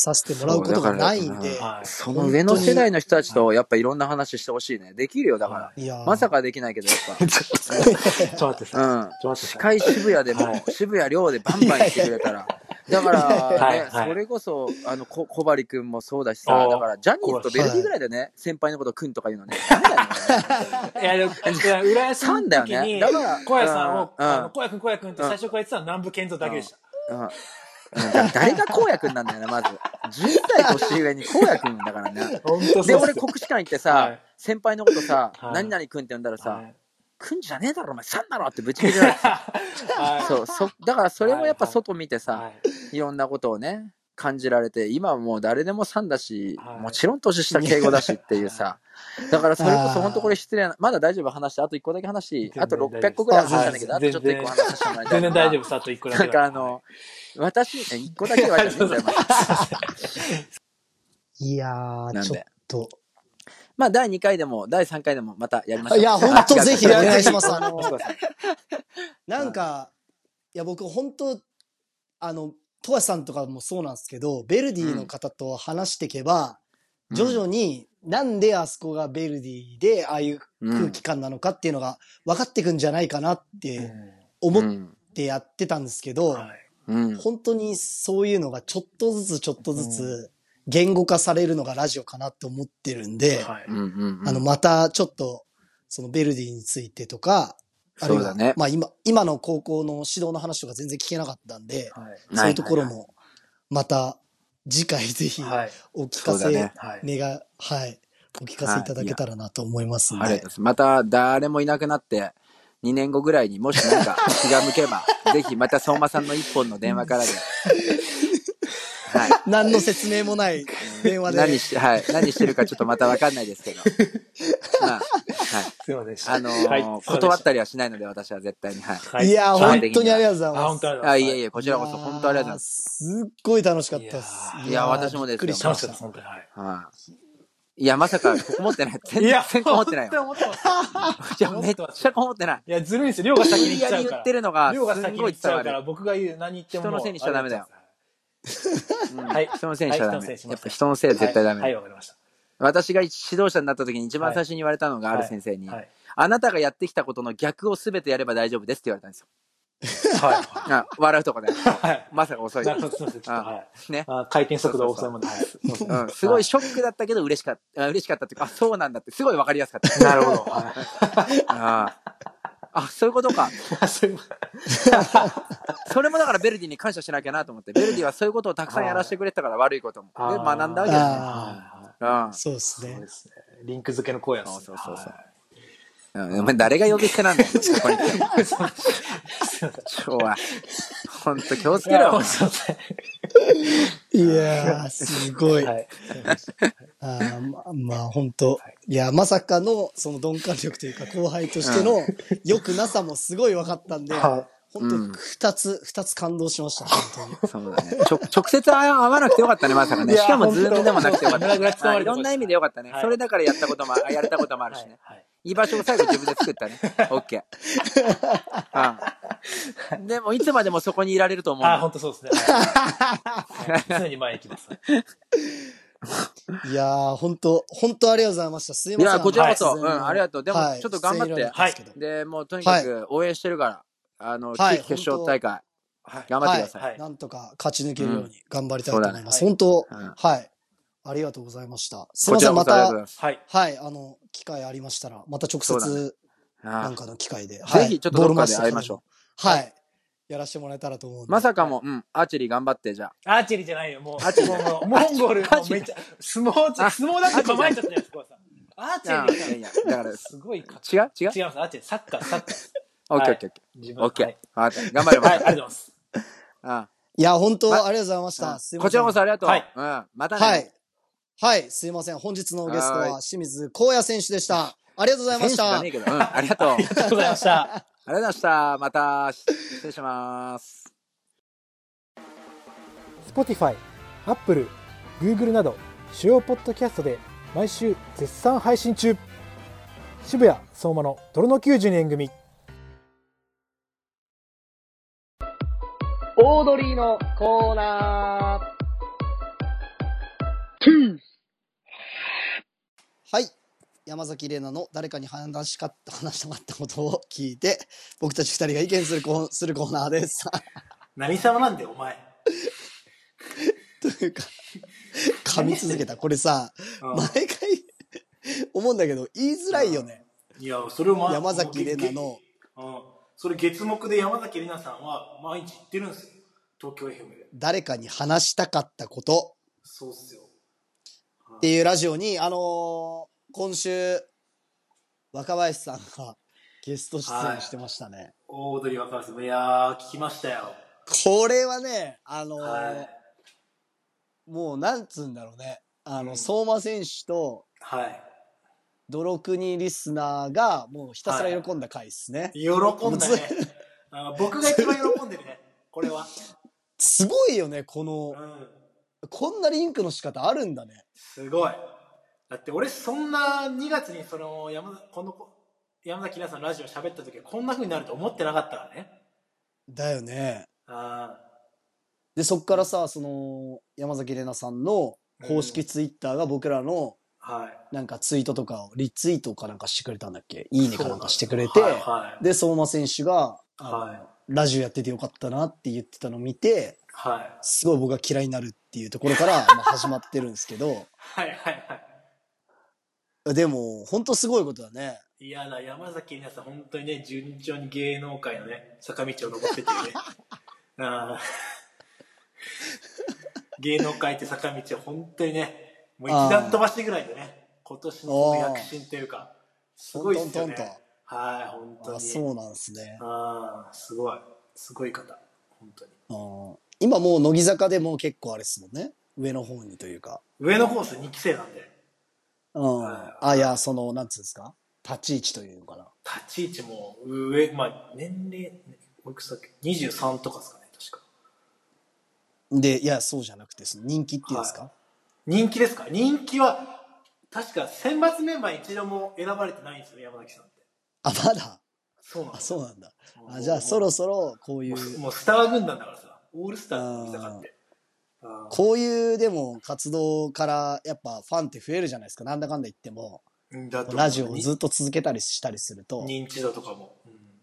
S2: させてもらうことがないん
S4: そうだ
S2: で、
S5: はい
S4: その上の世代の人たちとやっぱいろんな話してほしいね。できるよ、だか
S5: はい
S2: や
S4: ら。
S2: ー
S4: まさかできないけど、やっ
S5: ちょっと待ってさ。
S4: ぱ。う
S5: ちょ
S4: ん。
S5: っと待って
S4: 司
S5: さ。
S4: 会渋谷でも、渋谷寮でバンバン来てくれたら。だか
S5: は
S4: ら、
S5: い
S4: ね、
S5: はい
S4: それこそ、あの、こ小針くんもそうだし
S5: あ
S4: さ、
S5: ー
S4: だから、ジャニーズとベルギーぐらいだよね。先輩のことくんとか言うのね。ダメだよね
S5: いや、でも、浦安
S4: さんだ
S5: の
S4: よ
S5: 時に、
S4: ね。だから、
S5: 小屋さんを、
S4: うん
S5: あの
S4: うん
S5: 小屋くん、小屋くんって最初から言ってたのは南部健三だけでした。
S4: うんうんだ誰が荒野くんなんだよね、まず。10歳年上に荒野くんだからね。
S5: 本当
S4: で、
S5: そう
S4: 俺
S5: っす。
S4: 国士館行って
S5: は
S4: さ
S5: い、
S4: 先輩のことさ
S5: は、い
S4: 何々くんって呼んだら
S5: は
S4: さ、
S5: い
S4: くんじゃねえだろ、お前、さんだろってぶち切れられて
S5: はい
S4: そう、そ、だからそれもやっぱ
S5: はいはい
S4: 外見てさ
S5: は、い
S4: いろんなことをね、感じられて、今はもう誰でもさんだし、
S5: はい
S4: もちろん年下敬語だしっていうさ、だからそれこそ本当これ失礼な、まだ大丈夫話して、あと1個だけ話し
S5: 全、然
S4: あと600個ぐらい話したんだけど、あ
S5: 大
S4: と
S5: 丈
S4: ちょ
S5: 夫
S4: っと
S5: です
S4: 1個話してもらいた
S5: 全
S4: いな。
S5: 然大丈夫さ、あと一個だけ
S4: な
S5: だ
S4: んかあの、私、1個だけ言われたん だよ、まだ
S2: いや
S4: な
S2: ー、
S4: んで
S2: ちょっと。
S4: まあ、第2回でも、第3回でも、またやりましょう。
S2: いや、本当ぜひお
S4: や
S2: 願いします。あ の、
S5: そうそう
S2: なんか、いや、僕、本当あの、富樫さんとかもそうなんですけど、ベルディの方と話していけば、
S4: うん
S2: 徐々に、なんであそこがベルディで、ああいう
S4: う
S2: 空
S4: ん
S2: 気感なのかっていうのが分かってくんじゃないかなって思っ
S4: ん。
S2: てやってたんですけど、
S5: はい
S4: うん。
S2: 本当にそういうのがちょっとずつちょっとずつ言語化されるのがラジオかなって思ってるんで、
S5: はい
S4: うんうんうん
S2: あの、またちょっと、そのベルディについてとか、あるい
S4: そう
S2: は
S4: だね
S2: まあ今、今の高校の指導の話とか全然聞けなかったんで、
S5: はい
S4: ない
S2: そういうところも、また次回ぜひ
S5: はい
S2: お聞か
S4: そうだ
S2: せ、
S4: ね
S5: はい
S2: 願いはい、お聞かせいただけたらなと思いますんで。
S4: ありがとうございます。また、誰もいなくなって、2年後ぐらいにもし なんか気が向けば、ぜひまた相馬さんの一本の電話か らで。はい。
S2: 何の説明も ない電話で。、
S4: 何して、はい。何してるかちょっとまたわかんないですけど。まあ、はい。
S5: すいませんでした。
S4: あの ー
S5: はい
S4: 断ったりはしないので、私は絶対に。はい。
S5: はい
S2: や、
S5: はい
S2: 本当にありがとうござい
S5: あ、
S2: ま
S5: 本
S2: す。
S5: 当ありがとうございます。
S4: あ、いえいえ、こちらこそ、本当ありがとうございます。
S2: す。すっごい楽しかったです。
S4: いやーいやー私もで
S2: び
S4: すよ
S2: っくりしま
S5: 楽しか
S2: した
S5: ったです、。本当に。はい。
S4: はい。いや、まさか、ここ持っ てない。全然こもってないよ。
S5: 本当に思ってます
S4: いや、めっちゃこもってない。
S5: いや、ずるいんですよ。量が先
S4: 無
S5: に行
S4: 理
S5: っ
S4: や
S5: ちゃ
S4: り
S5: うか
S4: 言
S5: ら。
S4: ってるのが、す
S5: 量が先
S4: ん
S5: に
S4: ご
S5: 行っ
S4: い
S5: ち
S4: 伝
S5: ゃ
S4: わ
S5: うから、
S4: る。
S5: 僕が言う何言っても。
S4: 人のせいにしちゃダメだよ。うん
S5: はい
S4: 人のせいにしちゃダメ。
S5: はい人のせいにします
S4: やっぱ人のせいは絶対ダメ。
S5: はい、わかりまし
S4: 私が指導者になった時に一番最初に言われたのが、ある先生に、
S5: た。はい。
S4: あなたがやってきたことの逆を全てやれば大丈夫ですって言われたんですよ。
S5: は
S4: あ笑うとこ
S5: い。
S4: ね。
S5: はい。
S4: まさか遅い
S5: な。るほど、すみません。ちょっと、はい。
S4: ね。
S5: あ回転速度が遅いもんで、はい。
S4: うん、すごいショックだったけど嬉しかった、あ嬉しかったっていうか、あ、そうなんだって、すごいわかりやすかった。
S5: なる ほど。はい
S4: あああ、そういうことか。
S5: あそういう
S4: それもだからベルディに感謝しなきゃなと思って、ベルディはそういうことをたくさんやらせてくれてたから悪いことも。
S5: あ
S4: で、
S5: ー
S4: 学んだわけですね。
S2: あ
S4: うん
S2: あ、そうです
S5: そう
S2: ね
S5: で。すね。リンク付けの声や
S4: そうそうそうそう
S5: は
S4: うん、お前誰が呼び捨てなんだよ、こ こに来ても。
S5: いすいません。
S4: 今日は。ほんと気をつ
S5: い
S4: けろ
S5: や
S4: よ。
S5: も
S4: お
S5: う
S4: 前
S5: すいません
S2: いやー、すごい。
S5: はい。
S2: あーまあ、まあ、本当いや、まさかの、その鈍感力というか、後輩としての良くなさもすごい分かったんで、
S5: は
S2: 本
S4: うん
S2: 当二つ、二つ感動しました、本
S4: そうだね。ちょ直接会わなくてよかったね、まさかね。
S5: いや
S4: しかもズームでもなくてよかっ
S5: ほんとそうそう
S4: た。はいいろんな意味でよかったね
S5: は。い
S4: それだからやったことも、あやれたこともあるし
S5: い
S4: ね。
S5: はい。
S4: 居場所を最後自分で作っ たね。オッケー。うんでも、いつまでもそこにいられると思う
S5: あ、
S4: の。
S5: 本当そうですね。はいはい常に前に行きます。
S2: 当に。いやー、本当本当ありがとうございました。すい
S4: い
S2: ません。
S4: や、こちらこそ、
S2: 突
S4: う
S2: 然
S4: ん、ありがとう。でも
S2: は、い
S4: ちょっと頑張っ
S2: 出演いろいろ
S4: て
S2: あ。たんですけど
S4: で、もうとにかく応援してるから、あの、
S2: はい
S4: 地域決勝大会、頑張ってください。
S5: はい。
S2: なんとか勝ち抜けるように頑張りたいと思います。
S5: うん
S2: 本当、
S4: うん
S2: はい。ありがとうございました。すい
S4: こ
S2: ま
S4: ち
S2: せ
S4: ら
S2: ん、
S4: こ
S2: ま
S4: そありがとう
S2: た、
S4: ございます。
S5: はい。
S2: はい、あの、機会ありましたら、また直
S4: そうだね
S2: 接、
S4: あ
S2: なんかの機会で、
S4: ぜひちょっとどっかで会いましょう
S2: ボール回しとかでもはい。やらせてもらえたらと思うんで。
S4: まさかも、うん、アーチェリー頑張って、じゃあ。
S5: アーチェリーじゃないよ、もう。アーチェリー。モンゴル、もうめっちゃ、相撲、相撲だって構えちゃったよ、そこはさ。アーチェ
S4: あ
S5: リ
S4: ー
S5: ーじ
S4: い
S5: ゃ
S4: や
S5: ないい
S4: や、だから、
S5: すごいか。
S4: 違う違う
S5: 違います、アーチェリー。サッカー、サッカー。
S4: オッケー
S5: は
S4: オ
S5: い
S4: ッケーオッケー。
S5: 自分
S4: オッケー
S5: はい。
S4: わかった。頑張れば。
S5: はい、ありが
S4: また
S5: とうございます。
S4: うん
S2: いや、本当、
S4: ま
S2: ありがとうございまし
S4: うん
S2: た。すいません
S4: こちらこそありがとう。
S5: はい
S4: うん。またね。
S2: はい。はい、すいません。本日のゲスト
S4: はい
S2: は清水光也選手でした。ありがとうございま
S4: 選
S2: し
S4: 手じ
S2: た
S4: ゃね。えけど、うん、あり がとう。ありが
S5: あり
S4: とう
S5: がとうございました。
S4: ございました。また、失礼します。
S5: Spotify、Apple、Google など主要ポッドキャストで毎週絶賛配信中渋谷相馬の泥の92年組
S1: オードリーのコーナー。
S2: はい。山崎玲奈の誰かに話しかった、話したかったことを聞いて、僕たち二人が意見するコーするコーナーです。
S3: 何様なんだよ、お前。
S2: というか、噛み続けた。これさ、
S3: うん
S2: 毎回思うんだけど、言いづらいよね。
S3: いや、それも
S2: 山崎怜奈の。
S3: うん。それ月目で山崎怜奈さんは毎日言ってるんですよ。東京 FM で。
S2: 誰かに話したかったこと
S3: そうっすよ。
S2: っていうラジオに、あのー今週、若林さんがゲスト出演してましたね。
S3: オードリー若林さん。いやー、聞きましたよ。
S2: これはね、あのー
S3: はい。
S2: もうなんつうんだろうね。あの、相馬選手と、
S3: はい。
S2: 泥国リスナーがもうひたすら喜んだ回ですね、
S3: 喜んだね。あ僕が一番喜んでるね。これは。
S2: すごいよねこ
S3: う
S2: の
S3: ん。
S2: こんなリンクの仕方あるんだね
S3: すごい。だって俺、そんな2月にその山この山崎怜奈さんのラジオ喋った時はこんな風になると思ってなかったからね。
S2: だよね
S3: あ
S2: でそっからさその山崎怜奈さんの公式ツイッターが僕らの
S3: ーはい。
S2: なんかツイートとかをリツイートかなんかしてくれたんだっけいいねかなんかしてくれて
S3: はいはい
S2: で相馬選手があの
S3: はい。
S2: ラジオやっててよかったなって言ってたのを見て
S3: はい。
S2: すごい僕が嫌いになるっていうところ からまあ始まってるんですけど
S3: はいはいは
S2: でも本当すごいことだね
S3: い。いやだ、山崎皆さん、本当にね、順調に芸能界のね、坂道を登っ てってるね。ああ。芸能界って坂道を本当にね、もう一
S2: あ
S3: 段
S2: ー
S3: 飛ばしてぐらいでね、今年のその躍進というか、すごいですよね
S2: トントントン。
S3: はい、本当に。
S2: あそうなんですね
S3: ああ、すごい。すごい方。本当に。
S2: ああ今もう乃木坂でもう結構あれですもんね上の方にというか、
S3: 上のコース2期生なんで、
S2: うん
S3: はい
S2: あいやそのなんつうんですか立ち位置というのかな
S3: 立ち位置も上、まあ、年齢、おいくつだっけ ?23 とかですかね、確か。
S2: でいやそうじゃなくてその人気っていうんですか、
S3: は人気ですか人気は、確か選抜メンバーに一度も選ばれてないんですよ、山崎さんって。
S2: あまだ
S3: そうなん
S2: あ
S3: ですよ
S2: そうなんだ
S3: も
S2: あ
S3: う
S2: じゃあそ
S3: も
S2: ろそろこういう
S3: う、もうスター軍団だからさ、オールスターの乃木坂って。あー
S2: こういうでも活動からやっぱファンって増えるじゃないですかなんだかんだ言っても
S3: うんだと思う
S2: ラジオをずっと続けたりしたりすると
S3: 認知度とかも。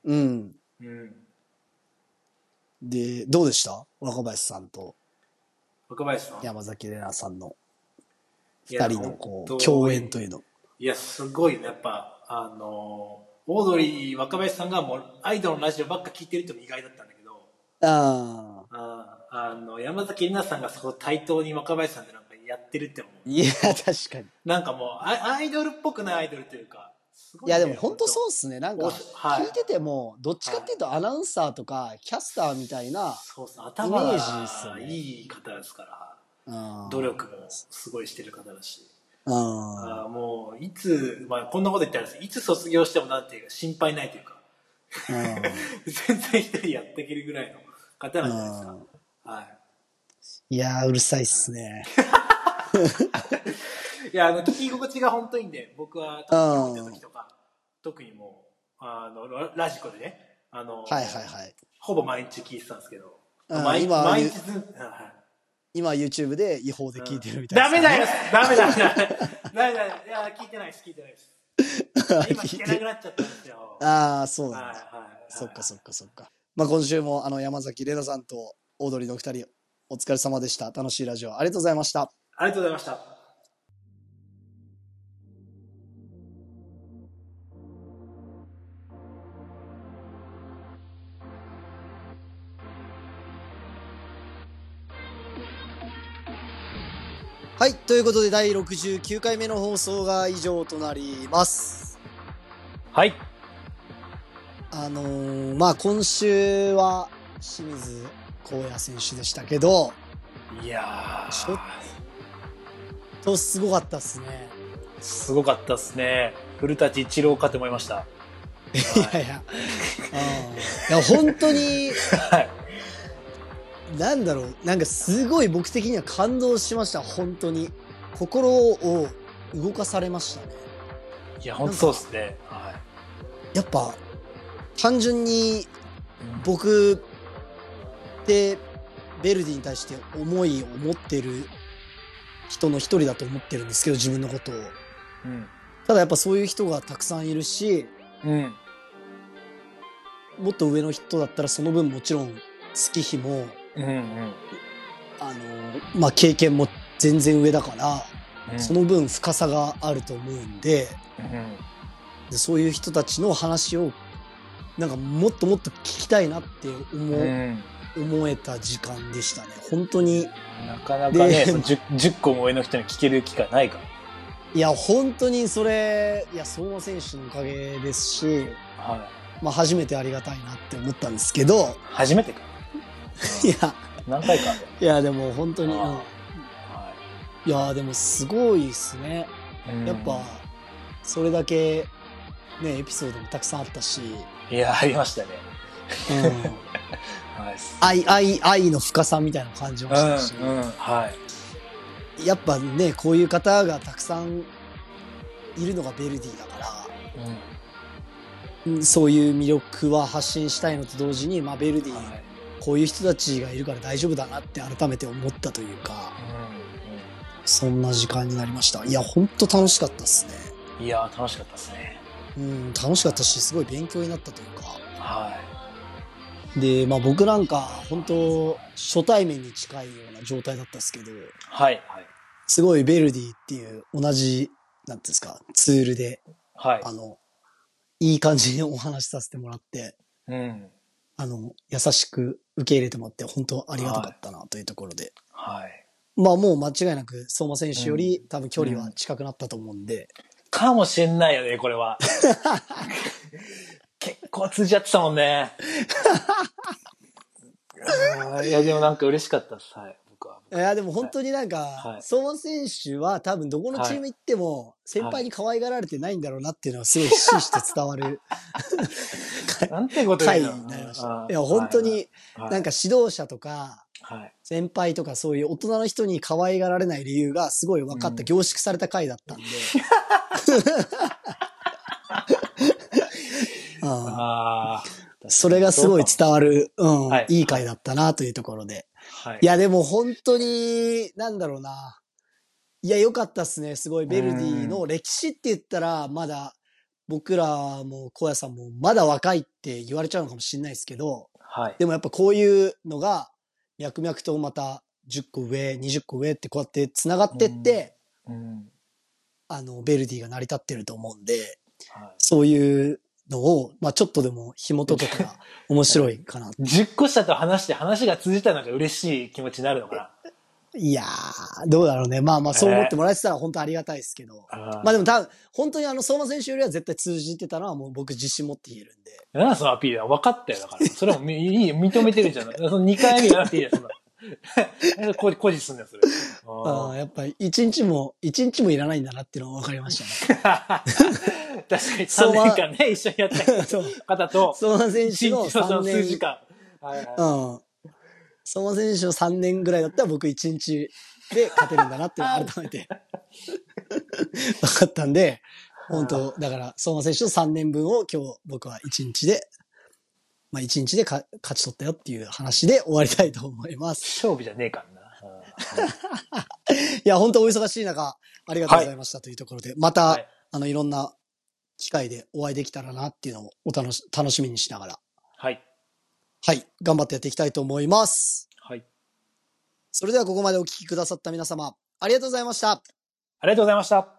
S2: うん
S3: うん。うん
S2: でどうでした若林さんと
S3: 若林さん。
S2: 山崎怜奈さんの
S3: いや
S2: 2人のこ
S3: 本
S2: う
S3: 当
S2: 共演というの
S3: いや、すごいね。やっぱ、あのーオードリー若林さんがもうアイドルのラジオばっか聞いてるっても意外だったんだけど、
S2: ああ
S3: あーあの、山崎里奈さんがそこ対等に若林さんでなんかやってるってもう、
S2: いや、確かに。
S3: なんかもうア、アイドルっぽくないアイドルというか、すご
S2: い
S3: ね
S2: や、でも本当そうっすね。なんか、
S3: おしはい
S2: 聞いてても、どっちかっていうとアナウンサーとか、キャスターみたいな、
S3: そうそう、頭が
S2: イメージですよね
S3: いい方ですから、
S2: うん
S3: 努力もすごいしてる方だし、
S2: うん。
S3: あーもう、いつ、まあ、こんなこと言ったらあれですいつ卒業してもなんていうか、心配ないというか、
S2: うん
S3: 全然一人やっていけるぐらいの方なんじゃないですか。はい。
S2: いやー、うるさいっす ね。
S3: いや、あの、聞き心地が本当にいいんで、僕は、東京行った時とか、特にもう、あの、ララジコでね、あの、
S2: はいはいはい。
S3: ほぼ毎日聞いてたんですけど、
S2: うん
S3: 毎
S2: 今
S3: 毎日ず、うんはい
S2: 今 YouTube で違法で聞いてるみたい
S3: ダ
S2: ですね
S3: メだ よダメだダメだダメだいや、聞いてないです、聞いてないです。今聞けなくなっちゃったんですよ。はい
S2: ああ、そう
S3: は
S2: なん
S3: い
S2: だ。
S3: はい。
S2: そっかそっかそっか。まあ今週も、あの、山崎玲奈さんと、オードリーのお二人、お疲れ様でした。楽しいラジオ、ありがとうございました。
S3: ありがとうございました。
S2: はい、ということで、第69回目の放送が以上となります。
S5: はい
S2: あのーまあ今週は清水光也選手でしたけど、
S3: いや
S2: ちょっ当すごかったっすね。
S3: すごかったですね。古舘一郎かと思いました。
S2: いやいや。うんいや、本当 に、
S3: はい。
S2: なんだろう、なんかすごい僕的には感動しました、本当に。心を動かされましたね。
S3: いや、本当そうですね。は
S2: やっぱ、単純に僕ってベルディに対して思いを持ってる人の一人だと思ってるんですけど、自分のことを。
S3: い。うん。
S2: ただやっぱそういう人がたくさんいるし、
S3: うん。
S2: もっと上の人だったらその分もちろん月日も、
S3: うん。うん。
S2: あの、まあ、経験も全然上だから、
S3: うん
S2: その分深さがあると思うんで
S3: うん
S2: でそういう人たちの話をなんかもっともっと聞きたいなって思,、
S3: うん
S2: 思えた時間でしたね本当に
S3: なかなかね、
S2: で
S3: その 10, 10個も上の人に聞ける機会ないか
S2: いや本当にそれいや相馬選手のおかげですし、
S3: ら。はい。
S2: まあ、初めてありがたいなって思ったんですけど
S3: 初めてか。
S2: いや
S3: 何回かある。
S2: いやでも本当に、うん
S3: あ
S2: いやでもすごいですね
S3: はい
S2: やっぱそれだけねエピソードもたくさんあったし、
S3: いや、ありましたね。
S2: うん、
S3: はい。
S2: 愛愛愛の深さみたいなの感じましたし、
S3: うん。うん。はい。
S2: やっぱねこういう方がたくさんいるのがベルディだか
S3: うん。
S2: らうんそういう魅力は発信したいのと同時に、まあ、ベルディ、
S3: はい。
S2: こういう人たちがいるから大丈夫だなって改めて思ったというか
S3: う
S2: そんな時間になりましたいやほんと楽しかったっすね
S3: ん。うん。いや、楽しかったですね。
S2: うん楽しかったしすごい勉強になったというか
S3: は
S2: で、まあ、僕なんか本当初対面に近いような状態だったっすけど
S3: い。はい。はい。
S2: すごいベルディっていう同じなんていうんですかツールで
S3: はい
S2: あ。の、いい感じにお話しさせてもらって、
S3: うん。
S2: あの、優しく受け入れてもらって、本当ありがたかったなというところで。
S3: はい。
S2: まあもう間違いなく、相馬選手より、多分距離は近くなったと思うんで、
S3: かもしんないよね、これ は。結構通じ合ってたもん ね。あーいや、でもなんか嬉しかったです。はい、僕は。
S2: いや、でも本当になんか、
S3: はい
S2: 相馬選手は多分どこのチーム行っても、先輩に可愛がられてないんだろうなっていうのはすごいひしひしと伝わる
S3: なんてこと
S2: 回
S3: う
S2: になりまし
S3: あ
S2: た。
S3: ー
S2: いや、本当に、
S3: はい
S2: なんか指導者とか、
S3: はい。
S2: 先輩とかそういう大人の人に可愛がられない理由がすごい分かった、
S3: うん
S2: 凝縮された回だったんで。ああ
S3: あ
S2: それがすごい伝わる、うん、
S3: はい
S2: い、い回だったなというところで。
S3: あ。はい
S2: い。や、でも本当に、なんだろうな。いや、良かったっすね。すごい、ベルディの歴史って言ったら、まだ、僕らも、小屋さんも、まだ若いって言われちゃうのかもしれないですけど、
S3: はい。
S2: でもやっぱこういうのが、脈々とまた10個上、20個上ってこうやって繋がってって、
S3: うん。
S2: あの、ベルディが成り立ってると思うんで、
S3: はい
S2: そういうのを、まあちょっとでも紐解けたら面白いかな。
S3: 10個下と話して話が通じたらなんか嬉しい気持ちになるのか
S2: いやー、どうだろうね。まあまあそう思ってもらえてたら本当ありがたいですけど。
S3: な。
S2: まあで
S3: も。
S2: も多分、本当にあの、相馬選手よりは絶対通じてたのはもう僕自信持って言えるんで。
S3: なんだそのアピールは分かったよ、だから。それもみいい認めてるじゃない。その2回目やらなくていいや、そんな。なんでこじ、こじすんだよ、それ。
S2: あ
S3: あ
S2: あ、やっぱり一日も、一日もいらないんだなっていうのは分かりましたね。
S3: ー確かに3年間ね、一緒にやっ た
S2: そう
S3: 方と、
S2: 相馬選手
S3: 一日
S2: の
S3: のそ
S2: 3
S3: の数
S2: 年
S3: 時間。はいはい
S2: うん。相馬選手の3年ぐらいだったら僕1日で勝てるんだなっていうのを改めて分かったんで、本当だから相馬選手の3年分を今日僕は1日で、まあ1日でか勝ち取ったよっていう話で終わりたいと思います。
S3: 勝負じゃねえからな。
S2: いや、本当お忙しい中、ありがとうございましたというところで、また、
S3: はい
S2: あの、いろんな機会でお会いできたらなっていうのをお楽し楽しみにしながら、
S3: はい。
S2: はい、頑張ってやっていきたいと思います。
S3: はい。
S2: それではここまでお聞きくださった皆様、ありがとうございました。
S3: ありがとうございました。